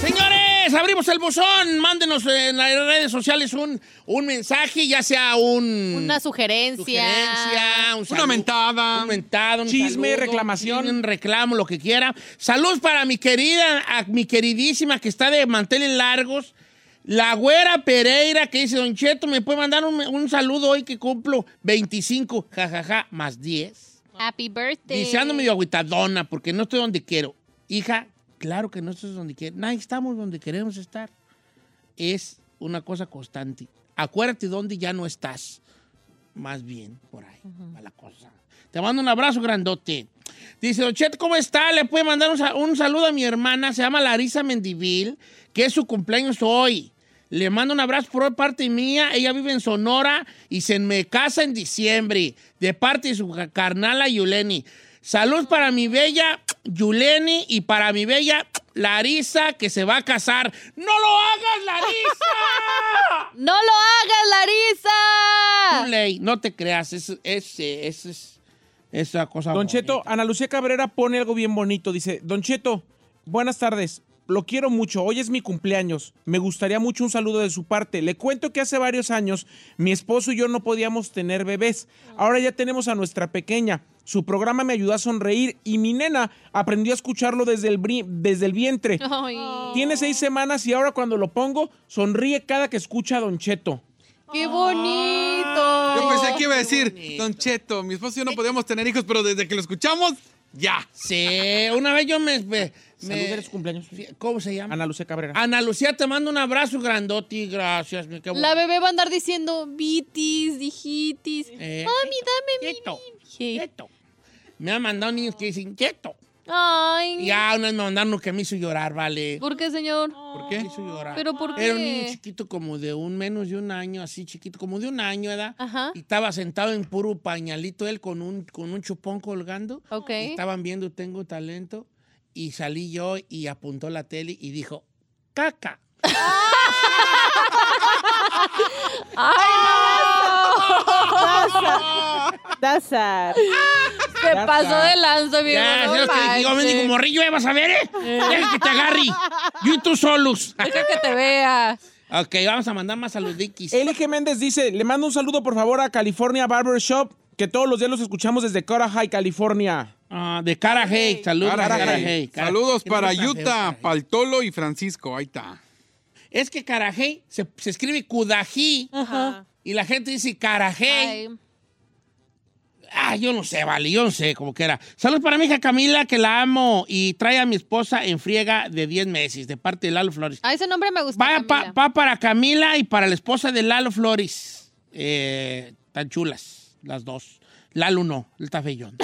[SPEAKER 1] Señores, abrimos el buzón. Mándenos en las redes sociales un, un mensaje, ya sea un.
[SPEAKER 5] Una sugerencia.
[SPEAKER 1] sugerencia, un saludo,
[SPEAKER 4] Una mentada.
[SPEAKER 1] Un mentado, un
[SPEAKER 2] Chisme,
[SPEAKER 1] saludo,
[SPEAKER 2] reclamación.
[SPEAKER 1] Un reclamo, lo que quiera. Salud para mi querida, a mi queridísima que está de manteles largos. La güera Pereira que dice, Don Cheto, ¿me puede mandar un, un saludo hoy que cumplo 25, jajaja, más 10?
[SPEAKER 5] Happy birthday.
[SPEAKER 1] Dice, ando medio agüitadona porque no estoy donde quiero. Hija, claro que no estás donde quieres. Nadie estamos donde queremos estar. Es una cosa constante. Acuérdate dónde ya no estás. Más bien, por ahí, va la cosa. Te mando un abrazo grandote. Dice, Don Cheto, ¿cómo está? Le puede mandar un, sa- un saludo a mi hermana, se llama Larisa Mendivil, que es su cumpleaños hoy. Le mando un abrazo por parte mía. Ella vive en Sonora y se me casa en diciembre. De parte de su ca- carnala Yuleni. Salud para mi bella Yuleni y para mi bella Larisa que se va a casar. ¡No lo hagas, Larisa!
[SPEAKER 5] ¡No lo hagas, Larisa!
[SPEAKER 1] Too late, no te creas. Es, es, es, es- esa cosa.
[SPEAKER 2] Don Cheto, Ana Lucía Cabrera pone algo bien bonito. Dice, Don Cheto, buenas tardes. Lo quiero mucho. Hoy es mi cumpleaños. Me gustaría mucho un saludo de su parte. Le cuento que hace varios años mi esposo y yo no podíamos tener bebés. Ahora ya tenemos a nuestra pequeña. Su programa me ayudó a sonreír y mi nena aprendió a escucharlo desde el, bri- desde el vientre.
[SPEAKER 5] Ay,
[SPEAKER 2] Tiene seis semanas y ahora cuando lo pongo sonríe cada que escucha a Don Cheto.
[SPEAKER 5] ¡Qué bonito!
[SPEAKER 4] Yo pensé que iba a decir,
[SPEAKER 1] bonito.
[SPEAKER 4] Don Cheto, mi esposo y yo no podíamos tener hijos, pero desde que lo escuchamos, ya.
[SPEAKER 1] Ah, Sí, una vez yo me. me- Ah,
[SPEAKER 2] Saludos
[SPEAKER 1] me-
[SPEAKER 2] de su cumpleaños.
[SPEAKER 1] ¿Cómo se llama?
[SPEAKER 2] Ana Lucía Cabrera.
[SPEAKER 1] Ana Lucía, te mando un abrazo grandote. Gracias, mi qué
[SPEAKER 5] La bebé va a andar diciendo vitis, dijitis.
[SPEAKER 1] Eh,
[SPEAKER 5] Mami, dame mi.
[SPEAKER 1] Cheto,
[SPEAKER 5] Je-
[SPEAKER 1] Cheto. Me han mandado niños que dicen Cheto.
[SPEAKER 5] Ay,
[SPEAKER 1] Ya una vez me mandaron uno que me hizo llorar, vale.
[SPEAKER 5] ¿por qué, señor?
[SPEAKER 1] ¿Por qué? Me hizo llorar.
[SPEAKER 5] ¿Pero por
[SPEAKER 1] Era un niño
[SPEAKER 5] qué?
[SPEAKER 1] chiquito como de un menos de un año, así chiquito, como de un año, ¿verdad?
[SPEAKER 5] Ajá.
[SPEAKER 1] Y estaba sentado en puro pañalito él con un, con un chupón colgando.
[SPEAKER 5] Ok.
[SPEAKER 1] Y Estaban viendo Tengo Talento y salí yo y apuntó la tele y dijo, caca.
[SPEAKER 6] That's sad.
[SPEAKER 5] Se pasó de lanza, mi
[SPEAKER 1] Ya,
[SPEAKER 5] hermano,
[SPEAKER 1] ¿sabes
[SPEAKER 5] no
[SPEAKER 1] que digo,
[SPEAKER 5] manches.
[SPEAKER 1] mendigo morrillo, eh, vas a
[SPEAKER 5] [laughs]
[SPEAKER 1] ver, eh. Deja que te agarre. Yo y tú solos.
[SPEAKER 5] Deja que te vea.
[SPEAKER 1] [laughs] ok, vamos a mandar más a los dikis.
[SPEAKER 2] Eli G. Méndez dice, le mando un saludo por favor a California Barber Shop, que todos los días los escuchamos desde Cora High, California.
[SPEAKER 1] Ah, de cara hey, saludos
[SPEAKER 4] Cara,
[SPEAKER 1] a cara
[SPEAKER 4] hey.
[SPEAKER 1] hey. Cara-
[SPEAKER 4] Saludos
[SPEAKER 1] ¿Qué nombre tan
[SPEAKER 4] para
[SPEAKER 1] feo,
[SPEAKER 4] Utah,
[SPEAKER 1] cara hey?
[SPEAKER 4] Paltolo y Francisco. Ahí está.
[SPEAKER 1] Es que Carajé se, se escribe Kudají y la gente dice Carajé.
[SPEAKER 5] Ay,
[SPEAKER 1] Ah, yo no sé, vale, yo no sé cómo que era. Saludos para mi hija Camila, que la amo y trae a mi esposa en friega de 10 meses, de parte de Lalo Flores.
[SPEAKER 5] a Ah, ese nombre me gusta.
[SPEAKER 1] Vaya
[SPEAKER 5] Camila.
[SPEAKER 1] pa, pa para Camila y para la esposa de Lalo Flores. Eh, tan chulas, las dos. Lalo no,
[SPEAKER 5] [laughs]
[SPEAKER 1] el tafellón.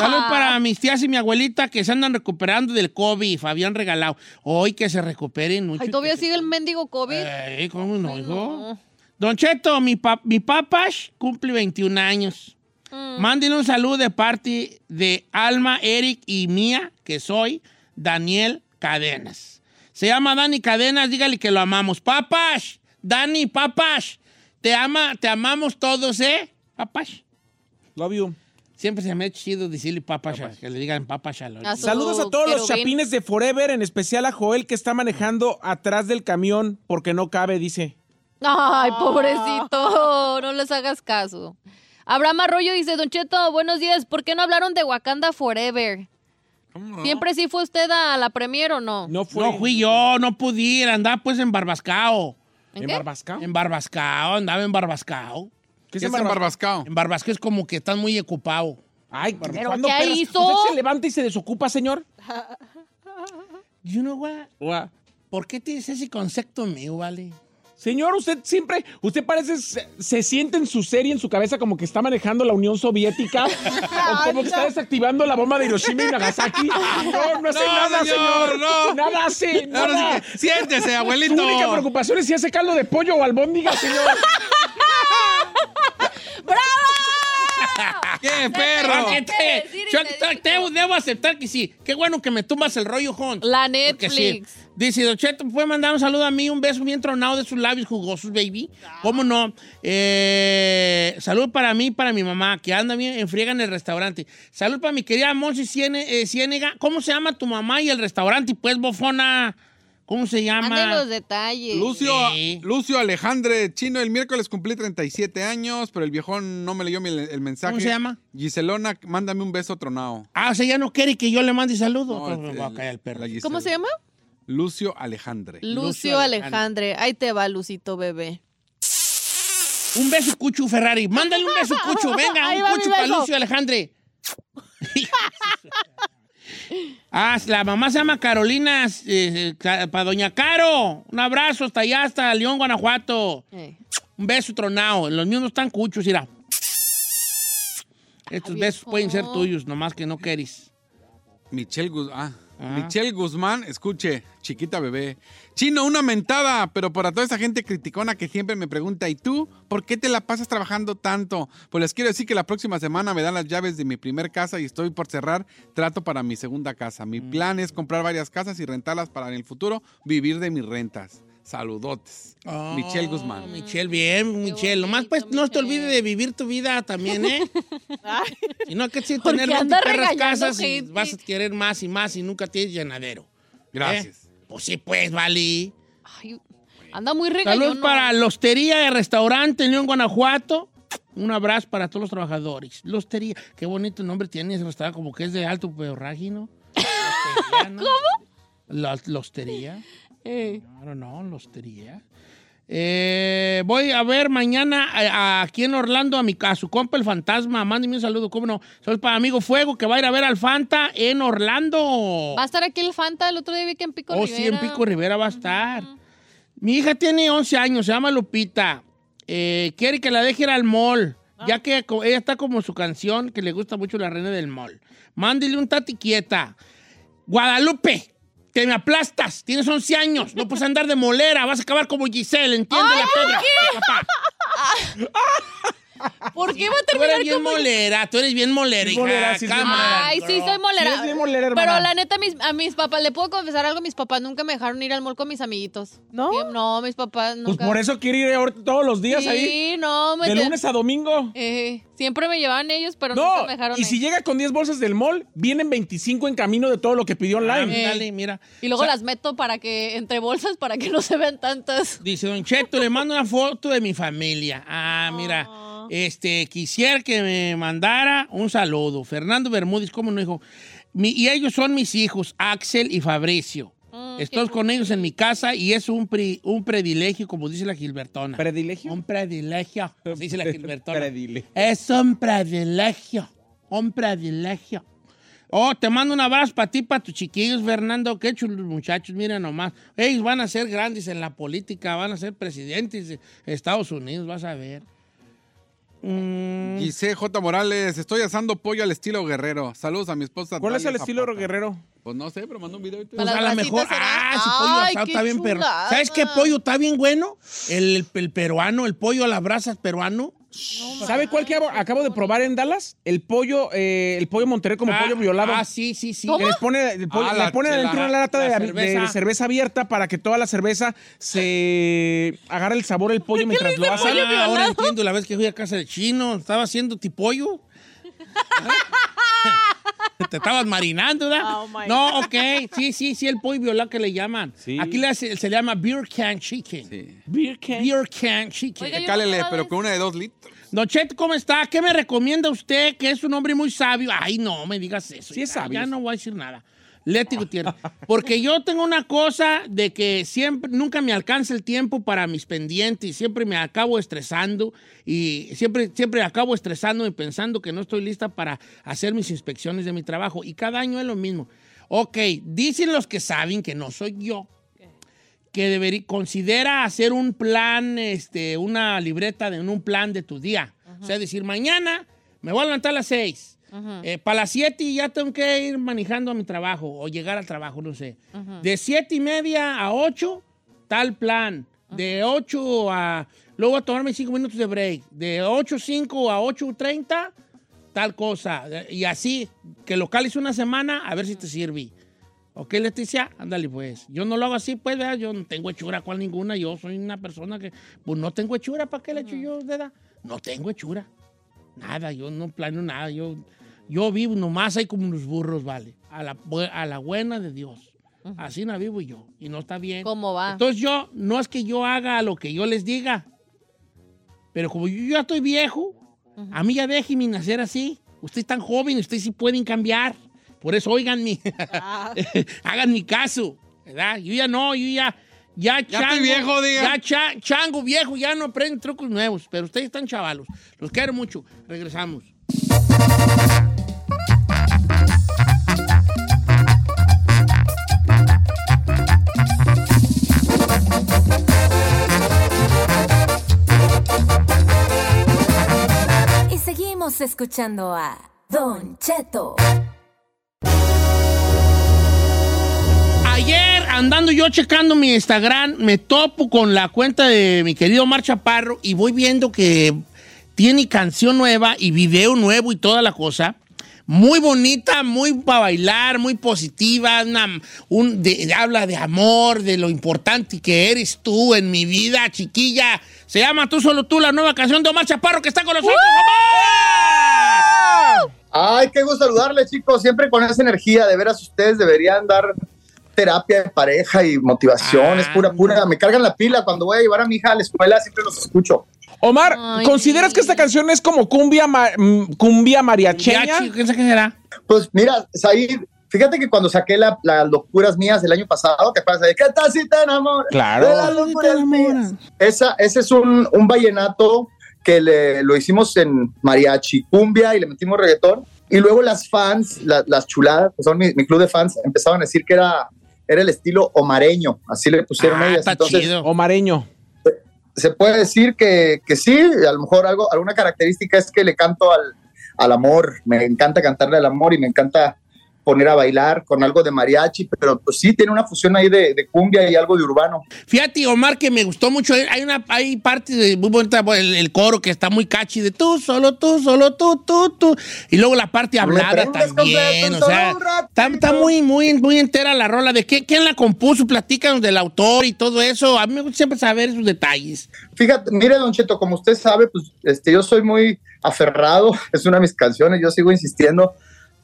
[SPEAKER 1] Salud para mis tías y mi abuelita que se andan recuperando del COVID, Fabián regalado. Hoy que se recuperen mucho.
[SPEAKER 5] Ay, todavía
[SPEAKER 1] Que se-
[SPEAKER 5] sigue el mendigo COVID.
[SPEAKER 1] Ey, ¿Cómo no,
[SPEAKER 5] Ay,
[SPEAKER 1] hijo?
[SPEAKER 5] no.
[SPEAKER 1] Don Cheto, mi, pa- mi papash cumple 21 años.
[SPEAKER 5] Mm.
[SPEAKER 1] Mándenle un saludo de parte de Alma, Eric y mía, que soy Daniel Cadenas. Se llama Dani Cadenas, dígale que lo amamos. Papash, Dani, papash, te ama, te amamos todos, ¿eh? Papash.
[SPEAKER 2] Love you.
[SPEAKER 1] Siempre se me ha hecho chido decirle papash, que le digan papash a los-
[SPEAKER 5] A su
[SPEAKER 2] Saludos a todos los
[SPEAKER 5] querubín.
[SPEAKER 2] chapines de Forever, en especial a Joel que está manejando atrás del camión porque no cabe, dice.
[SPEAKER 5] Ay,
[SPEAKER 3] [laughs]
[SPEAKER 5] pobrecito, no les hagas caso. Abraham Arroyo dice, Don Cheto, buenos días, ¿por qué no hablaron de Wakanda Forever? ¿Siempre sí fue usted a la premier o no?
[SPEAKER 2] No fue.
[SPEAKER 1] No fui yo, no pudiera, andaba pues en Barbascao.
[SPEAKER 2] ¿En,
[SPEAKER 5] ¿En qué?
[SPEAKER 2] Barbasca?
[SPEAKER 1] En Barbascao, andaba en Barbascao.
[SPEAKER 2] ¿Qué
[SPEAKER 4] ¿Qué es en
[SPEAKER 2] Barbasca?
[SPEAKER 4] Barbascao?
[SPEAKER 1] En Barbasco es como que están muy ocupados.
[SPEAKER 2] Ay,
[SPEAKER 5] ¿Pero
[SPEAKER 2] ¿cuándo,
[SPEAKER 5] qué
[SPEAKER 2] perras?
[SPEAKER 5] hizo?
[SPEAKER 2] ¿Usted se levanta y se desocupa, señor?
[SPEAKER 1] You know what? ¿Por qué tienes ese concepto mío, vale?
[SPEAKER 2] Señor, usted siempre, usted parece, se, se siente en su serie, en su cabeza, como que está manejando la Unión Soviética, o como que está desactivando la bomba de Hiroshima y Nagasaki. No, no hace
[SPEAKER 4] No,
[SPEAKER 2] nada,
[SPEAKER 4] señor,
[SPEAKER 2] señor.
[SPEAKER 4] no.
[SPEAKER 2] Nada hace.
[SPEAKER 4] Ahora
[SPEAKER 2] nada.
[SPEAKER 4] sí que siéntese, abuelito.
[SPEAKER 2] Su única preocupación es si hace caldo de pollo o albóndiga, señor.
[SPEAKER 4] ¡Qué perro!
[SPEAKER 1] Porque te- yo te- debo aceptar que sí. Qué bueno que me tumbas el rollo, Hunt. La
[SPEAKER 3] Netflix.
[SPEAKER 1] Dice, Don Cheto, ¿puede mandar un saludo a mí? Un beso bien tronado de sus labios jugosos, baby. ¿Cómo no? Eh, salud para mí, para mi mamá, que anda bien en friega en el restaurante. Salud para mi querida Monsi Ciene- eh, Ciénega. ¿Cómo se llama tu mamá y el restaurante? Pues, bofona. ¿Cómo se
[SPEAKER 3] Mande
[SPEAKER 1] llama?
[SPEAKER 3] los detalles.
[SPEAKER 4] Lucio, Lucio Alejandre Chino, el miércoles cumplí 37 años, pero el viejón no me leyó mi- el mensaje.
[SPEAKER 1] ¿Cómo se llama?
[SPEAKER 4] Giselona, mándame un beso tronado.
[SPEAKER 1] Ah, o sea, ya no quiere que yo le mande saludos.
[SPEAKER 4] No,
[SPEAKER 1] Pues,
[SPEAKER 4] el-
[SPEAKER 3] este,
[SPEAKER 1] me voy a caer el perro.
[SPEAKER 4] la Gisela.
[SPEAKER 3] ¿Cómo se llama?
[SPEAKER 4] Lucio Alejandre.
[SPEAKER 3] Lucio Alejandre. Ahí te va, Lucito bebé.
[SPEAKER 1] Un beso, Cuchu Ferrari. Mándale un beso,
[SPEAKER 3] [laughs]
[SPEAKER 1] Cuchu. Venga,
[SPEAKER 3] Ahí
[SPEAKER 1] un
[SPEAKER 3] va mi
[SPEAKER 1] Cuchu para
[SPEAKER 3] beso.
[SPEAKER 1] Lucio Alejandre. [laughs] ah, la mamá se llama Carolina, para Doña Caro. Un abrazo hasta allá, hasta León, Guanajuato. Un beso tronado. Los míos no están cuchos, mira. Estos besos pueden ser tuyos, nomás que no querís.
[SPEAKER 4] Michelle Guzmán.
[SPEAKER 2] Ah.
[SPEAKER 4] Michelle Guzmán, escuche, chiquita bebé. Chino, una mentada, pero para toda esa gente criticona que siempre me pregunta, ¿y tú por qué te la pasas trabajando tanto? Pues les quiero decir que la próxima semana me dan las llaves de mi primer casa y estoy por cerrar trato para mi segunda casa.
[SPEAKER 2] Mm.
[SPEAKER 4] Mi plan es comprar varias casas y rentarlas para en el futuro vivir de mis rentas. Saludotes.
[SPEAKER 2] Oh,
[SPEAKER 1] Ah,
[SPEAKER 4] Michelle Guzmán.
[SPEAKER 1] Michelle, bien, Michelle. Nomás, pues, no te olvides de vivir tu vida también,
[SPEAKER 4] [laughs]
[SPEAKER 1] ¿eh? Si no, que si
[SPEAKER 4] ¿Por
[SPEAKER 1] tener
[SPEAKER 4] qué
[SPEAKER 1] 20
[SPEAKER 4] anda
[SPEAKER 1] perras
[SPEAKER 4] regañando
[SPEAKER 1] casas y
[SPEAKER 4] gente?
[SPEAKER 1] vas a querer más y más y nunca tienes llenadero.
[SPEAKER 4] Gracias.
[SPEAKER 1] ¿Eh? Pues sí, pues, Vali.
[SPEAKER 3] Anda muy regañón.
[SPEAKER 1] Saludos para la Hostería y Restaurante en León, Guanajuato. Un abrazo para todos los trabajadores. La Hostería. Qué bonito nombre tiene ese restaurante, como que es de alto peorraje,
[SPEAKER 4] [laughs]
[SPEAKER 1] ¿no? ¿Cómo? La, la Hostería. Claro, no, la Hostería. Eh, voy a ver mañana a- a- aquí en Orlando a, mi, a su compa el fantasma. Mándeme un saludo, ¿cómo no? Saludos para mi amigo Fuego que va a ir a ver al Fanta en Orlando.
[SPEAKER 3] Va a estar aquí el Fanta. El otro día vi que en Pico
[SPEAKER 1] Oh,
[SPEAKER 3] Rivera.
[SPEAKER 1] sí, en Pico Rivera va a estar. Mi hija tiene 11 años, se llama Lupita. Eh, quiere que la deje ir al mall,
[SPEAKER 3] Ah.
[SPEAKER 1] ya que co- ella está como su canción, que le gusta mucho la reina del mall. Mándele un tati quieta. Guadalupe, te me aplastas, tienes 11 años, no puedes andar de molera, vas a acabar como Giselle, entiende la pedra.
[SPEAKER 3] [laughs] ¿Por qué va a
[SPEAKER 1] Tú
[SPEAKER 3] terminar
[SPEAKER 1] eres bien
[SPEAKER 3] como-
[SPEAKER 1] molera, tú eres bien molera, hija.
[SPEAKER 2] molera, sí, sí,
[SPEAKER 1] cámara.
[SPEAKER 3] Ay, sí, soy molera.
[SPEAKER 2] Sí, es bien molera, hermana.
[SPEAKER 3] Pero la neta, mis- a mis papás, le puedo confesar algo, mis papás nunca me dejaron ir al mall con mis amiguitos. ¿No? No, mis papás
[SPEAKER 2] Pues
[SPEAKER 3] nunca.
[SPEAKER 2] por eso quiere ir ahorita todos los días
[SPEAKER 3] sí,
[SPEAKER 2] ahí.
[SPEAKER 3] no, me
[SPEAKER 2] De
[SPEAKER 3] te-
[SPEAKER 2] lunes a domingo.
[SPEAKER 3] Eh, siempre me llevaban ellos, pero nunca
[SPEAKER 2] No,
[SPEAKER 3] me dejaron
[SPEAKER 2] y
[SPEAKER 3] ir.
[SPEAKER 2] si llega con 10 bolsas del mall, vienen 25 en camino de todo lo que pidió online.
[SPEAKER 1] Ándale, Ah, mira.
[SPEAKER 3] Y luego
[SPEAKER 1] O sea-
[SPEAKER 3] las meto para que, entre bolsas, para que [laughs] no se vean tantas.
[SPEAKER 1] Dice Don Cheto, le mando una foto de mi familia. Ah, mira. Este, quisiera que me mandara un saludo. Fernando Bermúdez, ¿cómo no dijo? Mi- y ellos son mis hijos, Axel y Fabricio. Estoy con ellos en mi casa y es un, pri- un privilegio, como dice la Gilbertona. ¿Predilegio? Un privilegio, como dice
[SPEAKER 2] [laughs]
[SPEAKER 1] la Gilbertona. Es un privilegio, un privilegio. Oh, te mando un abrazo para ti, para tus chiquillos, Fernando. Qué chulos muchachos, miren nomás. Ellos van a ser grandes en la política, van a ser presidentes de Estados Unidos, vas a ver. Mm,
[SPEAKER 4] Gise J. Morales, estoy asando pollo al estilo guerrero. Saludos a mi esposa.
[SPEAKER 2] ¿Cuál es
[SPEAKER 4] Dalia
[SPEAKER 2] el estilo
[SPEAKER 4] Zapata.
[SPEAKER 2] guerrero?
[SPEAKER 4] Pues no sé, pero mando un video. ahorita.
[SPEAKER 1] pues a lo mejor. Ah, ese pollo
[SPEAKER 4] Ay,
[SPEAKER 1] asado
[SPEAKER 4] qué
[SPEAKER 1] está bien perro.
[SPEAKER 4] chulada.
[SPEAKER 1] ¿Sabes qué pollo está bien bueno? El, el peruano, el pollo a las brasas peruano.
[SPEAKER 2] ¿Sabe cuál que abo- acabo de probar en Dallas? El pollo, eh, el pollo Monterrey como pollo violado.
[SPEAKER 1] ah, sí, sí, sí.
[SPEAKER 2] Que les
[SPEAKER 1] ¿Cómo?
[SPEAKER 2] pone, el pollo-
[SPEAKER 1] Ah,
[SPEAKER 2] le
[SPEAKER 1] la-
[SPEAKER 2] ponen
[SPEAKER 1] la-
[SPEAKER 2] adentro una lata
[SPEAKER 1] la
[SPEAKER 2] de, de
[SPEAKER 1] cerveza.
[SPEAKER 2] cerveza. abierta para que toda la cerveza se agarre el sabor del Este pollo mientras lo hacen.
[SPEAKER 1] Ah, ahora entiendo la vez que fui a casa de chino, estaba haciendo tipollo. Te estabas marinando, ¿verdad?
[SPEAKER 6] my
[SPEAKER 1] no, ok. Sí, sí, sí, el pollo violado que le llaman. Aquí le hace- se le llama beer can chicken. Beer can. Beer can chicken.
[SPEAKER 4] Eh, Cálele, pero con una de dos litros.
[SPEAKER 1] Don Cheto, ¿cómo está? ¿Qué me recomienda usted? Que es un hombre muy sabio. Ay, no me digas eso. Sí, es sabio. Ya no voy a decir nada. Leti Gutiérrez. Porque yo tengo una cosa de que siempre, nunca me alcanza el tiempo para mis pendientes. Siempre me acabo estresando y siempre, siempre acabo estresando y pensando que no estoy lista para hacer mis inspecciones de mi trabajo. Y cada año es lo mismo. Ok, dicen los que saben que no soy yo que deberí- considera hacer un plan, este, una libreta de un plan de tu día. O sea, decir, mañana me voy a levantar a las 6. para las 7 ya tengo que ir manejando a mi trabajo o llegar al trabajo, no sé. De 7 y media a 8, tal plan. De 8 a... Luego a tomarme 5 minutos de break. De 8.05 a 8.30, tal cosa. Y así, que lo cales una semana, a ver si te sirve. Ok, Leticia, ándale pues. Yo no lo hago así, pues, ¿verdad? yo no tengo hechura cual ninguna. Yo soy una persona que, pues, no tengo hechura. ¿Para qué le echo yo de edad? No tengo hechura. Nada, yo no planeo nada. Yo, yo vivo nomás ahí como unos burros, ¿vale? A la, bu- a la buena de Dios. Así no vivo yo. Y no está bien.
[SPEAKER 3] ¿Cómo va?
[SPEAKER 1] Entonces yo, no es que yo haga lo que yo les diga. Pero como yo ya estoy viejo, a mí ya déjenme nacer así. Ustedes tan joven, ustedes sí pueden cambiar. Por eso, óiganme.
[SPEAKER 3] Ah.
[SPEAKER 1] [laughs] Hagan mi caso, ¿verdad? Yo ya no, yo ya... Ya,
[SPEAKER 4] Ya estoy viejo, diga.
[SPEAKER 1] Ya cha- chango viejo, ya no aprenden trucos nuevos. Pero ustedes están chavalos. Los quiero mucho. Regresamos.
[SPEAKER 11] Y seguimos escuchando a Don Cheto.
[SPEAKER 1] Ayer, andando yo checando mi Instagram, me topo con la cuenta de mi querido Omar Chaparro y voy viendo que tiene canción nueva y video nuevo y toda la cosa. Muy bonita, muy para bailar, muy positiva. una- un- de- habla de amor, de lo importante que eres tú en mi vida, chiquilla. Se llama Tú Solo Tú, la nueva canción de Omar Chaparro que está con nosotros.
[SPEAKER 12] Ay, qué gusto saludarles, chicos. Siempre con esa energía, de veras, ustedes deberían dar terapia de pareja y motivación. Es
[SPEAKER 1] Ah,
[SPEAKER 12] pura, pura. Me cargan la pila cuando voy a llevar a mi hija a la escuela, siempre los escucho.
[SPEAKER 2] Omar, ¿consideras que esta canción es como cumbia, ma- mm, cumbia mariacheña?
[SPEAKER 12] Mariachi,
[SPEAKER 1] ¿Qué será?
[SPEAKER 12] Pues mira, Said, fíjate que cuando saqué la- las locuras mías el año pasado, ¿te acuerdas de qué tal si te enamoras?
[SPEAKER 2] Claro.
[SPEAKER 12] De las locuras mías. Esa, ese es un, un vallenato que le- lo hicimos en mariachi, cumbia y le metimos reggaetón. Y luego las fans, la- las chuladas, que son mi, mi club de fans, empezaron a decir que era, era el estilo omareño, así le
[SPEAKER 1] Ah,
[SPEAKER 12] pusieron ellas. Entonces,
[SPEAKER 2] Omareño.
[SPEAKER 12] se puede decir que, que sí, a lo mejor algo, alguna característica es que le canto al, al amor, me encanta cantarle al amor y me encanta poner a bailar con algo de mariachi, pero pues sí tiene una fusión ahí de, de cumbia y algo de urbano.
[SPEAKER 1] Fíjate, Omar, que me gustó mucho. Hay una hay parte de- muy bonita, pues, el, el coro que está muy catchy de tú, solo tú, solo tú, tú, tú. Y luego la parte hablada
[SPEAKER 12] preguntes
[SPEAKER 1] también.
[SPEAKER 12] completo,
[SPEAKER 1] O sea,
[SPEAKER 12] solo un
[SPEAKER 1] está, está muy, muy, muy entera la rola. ¿De qué- quién la compuso? Platícanos del autor y todo eso. A mí me gusta siempre saber esos detalles.
[SPEAKER 12] Fíjate, mire, Don Cheto, como usted sabe, pues este, yo soy muy aferrado, [laughs] es una de mis canciones, yo sigo insistiendo,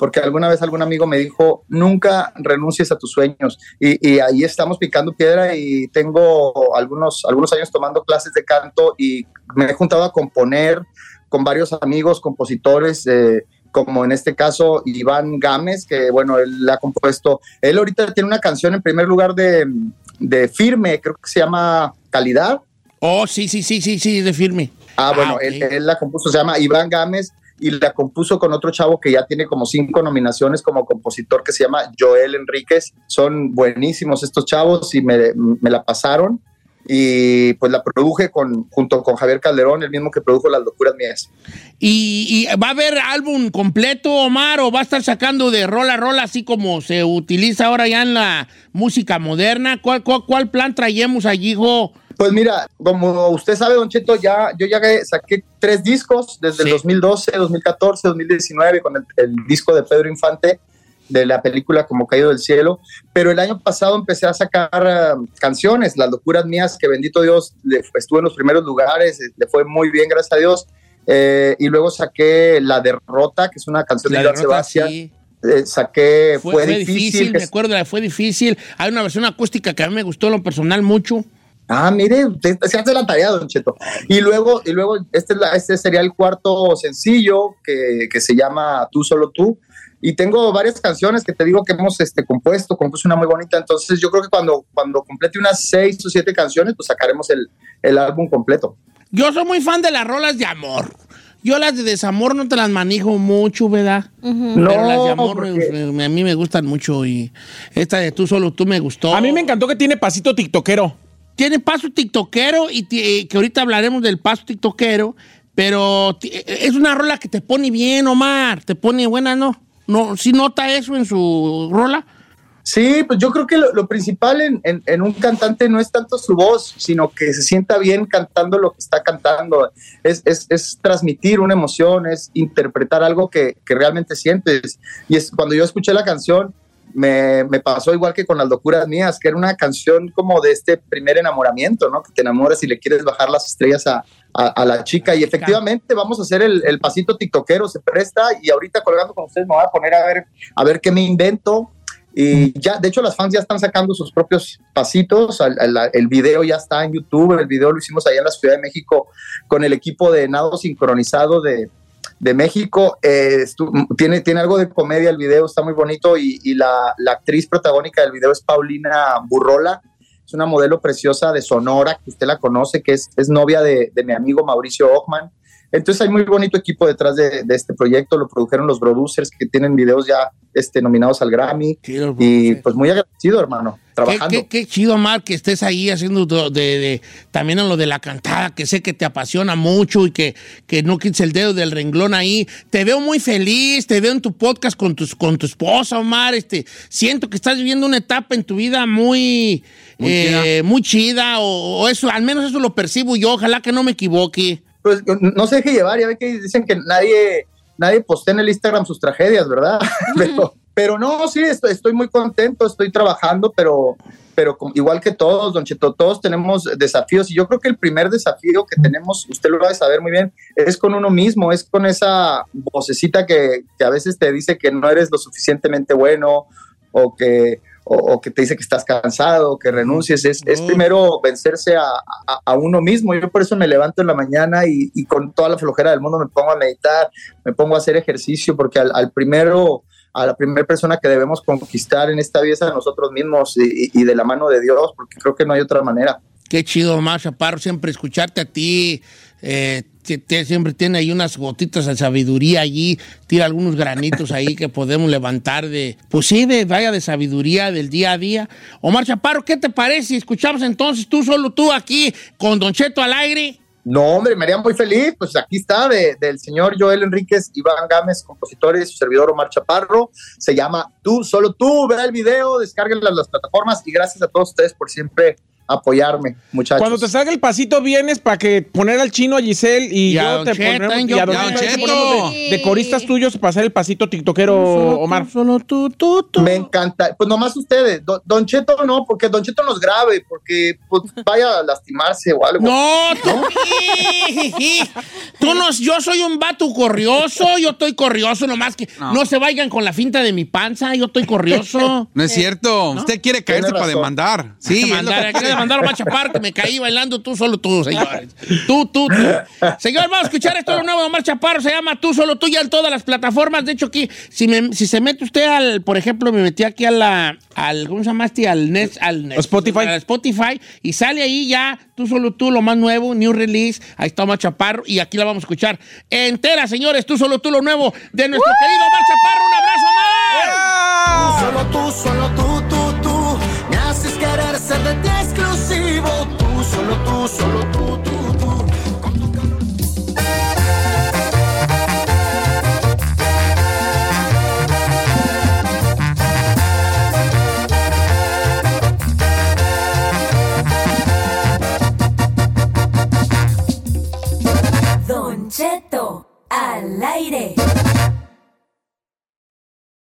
[SPEAKER 12] porque alguna ah, vez algún amigo me dijo, nunca renuncies a tus sueños. Y, y ahí estamos picando piedra y tengo algunos, algunos años tomando clases de canto y me he juntado a componer con varios amigos, compositores. eh, como en este caso Iván Gámez, que bueno, él la ha compuesto. Él ahorita tiene una canción en primer lugar de, de firme, creo que se llama Calidad.
[SPEAKER 1] Oh, sí, sí, sí, sí, sí, de firme.
[SPEAKER 12] Ah, bueno, él, él la compuso, se llama Iván Gámez y la compuso con otro chavo que ya tiene como cinco nominaciones como compositor que se llama Joel Enríquez. Son buenísimos estos chavos y me, me la pasaron y pues la produje con, junto con Javier Calderón, el mismo que produjo Las Locuras Mías.
[SPEAKER 1] ¿Y, y va a haber álbum completo, Omar, o va a estar sacando de rola a rola, así como se utiliza ahora ya en la música moderna? ¿Cuál, cuál, cuál plan traemos allí, hijo?
[SPEAKER 12] Pues mira, como usted sabe, Don Cheto, ya, yo ya saqué tres discos desde el 2012, 2014, 2019 con el, el disco de Pedro Infante de la película Como Caído del Cielo, pero el año pasado empecé a sacar ah, canciones, Las Locuras Mías, que bendito Dios, le- estuve en los primeros lugares, eh, le fue muy bien, gracias a Dios, Eh, y luego saqué La Derrota, que es una canción
[SPEAKER 1] La
[SPEAKER 12] de Joan
[SPEAKER 1] Derrota,
[SPEAKER 12] Sebastián,
[SPEAKER 1] sí.
[SPEAKER 12] Eh, saqué Fue,
[SPEAKER 1] Fue, fue
[SPEAKER 12] difícil,
[SPEAKER 1] difícil,
[SPEAKER 12] que
[SPEAKER 1] me acuerdo, la fue difícil. Hay una versión acústica que a mí me gustó en lo personal mucho.
[SPEAKER 12] Ah, mire, usted se hace la tarea, Don Cheto. Y luego, y luego este, es la- este sería el cuarto sencillo que, que se llama Tú Solo Tú. Y tengo varias canciones que te digo que hemos este, compuesto, compuse una muy bonita. Entonces, yo creo que cuando, cuando complete unas seis o siete canciones, pues sacaremos el, el álbum completo.
[SPEAKER 1] Yo soy muy fan de las rolas de amor. Yo las de desamor no te las manejo mucho, ¿verdad?
[SPEAKER 12] No,
[SPEAKER 1] Pero las de amor me- me- a mí me gustan mucho y esta de tú solo tú me gustó. A mí me
[SPEAKER 2] encantó que tiene pasito tiktokero.
[SPEAKER 1] Tiene paso tiktokero y ti- eh, que ahorita hablaremos del paso tiktokero, pero ti- eh, es una rola que te pone bien, Omar, te pone buena, ¿no? No, si nota eso en su rola.
[SPEAKER 12] Sí, pues yo creo que lo, lo principal en, en- en un cantante no es tanto su voz, sino que se sienta bien cantando lo que está cantando. Es, es- es transmitir una emoción, es interpretar algo que, que realmente sientes. Y es cuando yo escuché la canción, me, me pasó igual que con las locuras mías, que era una canción como de este primer enamoramiento, ¿no? Que te enamoras y le quieres bajar las estrellas a, a- a la chica. Y efectivamente vamos a hacer el, el pasito tiktokero, se presta. Y ahorita colgando con ustedes me voy a poner a ver, a ver qué me invento. Y ya, de hecho, las fans ya están sacando sus propios pasitos. al- al- al- El, video ya está en YouTube. El video lo hicimos allá en la Ciudad de México con el equipo de nado sincronizado de, de México. Eh, estu- tiene, tiene algo de comedia el video, está muy bonito. Y, y la, la actriz protagónica del video es Paulina Burrola. Es una modelo preciosa de Sonora, que usted la conoce, que es, es novia de, de mi amigo Mauricio Ochman. Entonces hay muy bonito equipo detrás de, de este proyecto, lo produjeron los producers que tienen videos ya este, nominados al Grammy. Y pues muy agradecido, hermano,
[SPEAKER 1] Qué,
[SPEAKER 12] trabajando.
[SPEAKER 1] qué- qué chido, Omar, que estés ahí haciendo do- de, de- también a lo de la cantada, que sé que te apasiona mucho y que, que no quites el dedo del renglón ahí. Te veo muy feliz, te veo en tu podcast con, tus, con tu esposa, Omar. Este, siento que estás viviendo una etapa en tu vida muy,
[SPEAKER 12] Muy
[SPEAKER 1] eh, muy chida, o, o eso, al menos eso lo percibo yo. Ojalá que no me equivoque.
[SPEAKER 12] Pues no se deje llevar, ya ve que dicen que nadie, nadie postea en el Instagram sus tragedias, ¿verdad? [laughs] pero, pero no, sí, estoy, estoy muy contento, estoy trabajando, pero, pero como- igual que todos, Don Cheto, todos tenemos desafíos. Y yo creo que el primer desafío que tenemos, usted lo va a saber muy bien, es con uno mismo, es con esa vocecita que, que a veces te dice que no eres lo suficientemente bueno o que, o, o que te dice que estás cansado, que renuncies. Es, es primero vencerse a, a- a uno mismo. Yo por eso me levanto en la mañana y, y con toda la flojera del mundo me pongo a meditar, me pongo a hacer ejercicio, porque al, al primero, a la primera persona que debemos conquistar en esta vida es a nosotros mismos y- y- y de la mano de Dios, porque creo que no hay otra manera.
[SPEAKER 1] Qué chido, Omar Chaparro, siempre escucharte a ti. eh, te- te- siempre tiene ahí unas gotitas de sabiduría allí, tira algunos granitos ahí que podemos levantar de, pues sí, de, vaya de sabiduría del día a día. Omar Chaparro, ¿qué te parece si escuchamos entonces tú solo tú aquí con Don Cheto al aire?
[SPEAKER 12] No, hombre, me haría muy feliz. Pues aquí está, de- del señor Joel Enríquez, Iván Gámez, compositor y su servidor Omar Chaparro. Se llama Tú, solo tú. Verá el video, descarguen las plataformas y gracias a todos ustedes por siempre apoyarme, muchachos.
[SPEAKER 2] Cuando te salga el pasito, vienes para que poner al chino, a Giselle y,
[SPEAKER 12] Y a
[SPEAKER 2] yo
[SPEAKER 12] Don
[SPEAKER 2] te
[SPEAKER 12] Cheto,
[SPEAKER 2] ponemos,
[SPEAKER 12] yo-
[SPEAKER 2] y a Don
[SPEAKER 12] ya, Don
[SPEAKER 2] Cheto te
[SPEAKER 12] Cheto.
[SPEAKER 2] ponemos de, de coristas tuyos para hacer el pasito tiktokero, Omar.
[SPEAKER 12] Me encanta. Pues nomás ustedes. Don, Don Cheto no, porque Don Cheto nos grabe, porque pues, vaya a lastimarse o algo.
[SPEAKER 1] No, tú, tú no, yo soy un vato corrioso, yo estoy corrioso, nomás que
[SPEAKER 4] No.
[SPEAKER 1] no se vayan con la finta de mi panza, yo estoy corrioso.
[SPEAKER 4] No es cierto.
[SPEAKER 1] ¿No?
[SPEAKER 4] Usted quiere caerse
[SPEAKER 1] Tiene
[SPEAKER 4] para
[SPEAKER 1] razón.
[SPEAKER 4] demandar.
[SPEAKER 1] Sí,
[SPEAKER 4] [laughs] Sí, es lo
[SPEAKER 1] mandar,
[SPEAKER 4] que
[SPEAKER 1] aquí le
[SPEAKER 4] quiere.
[SPEAKER 1] mandaron a Chaparro que me caí bailando tú solo tú, señores. Tú, tú, tú. Señor, vamos a escuchar esto de nuevo de Omar Chaparro. Se llama Tú solo tú ya en todas las plataformas. De hecho, aquí, si, me- si se mete usted al, por ejemplo, me metí aquí a la, al, ¿cómo se llama este? Al Net, al Net-
[SPEAKER 2] Spotify.
[SPEAKER 1] al Spotify. Y sale ahí ya Tú solo tú, lo más nuevo, New Release. Ahí está Omar Chaparro y aquí la vamos a escuchar entera, señores. Tú solo tú, lo nuevo de nuestro querido Omar Chaparro. Un abrazo,
[SPEAKER 13] Solo
[SPEAKER 1] Omar.
[SPEAKER 13] tú, solo tú, tú, tú. Me haces querer ser de ti exclusivo. Tú, solo tú, solo tú, tú, tú.
[SPEAKER 11] Don Cheto al aire.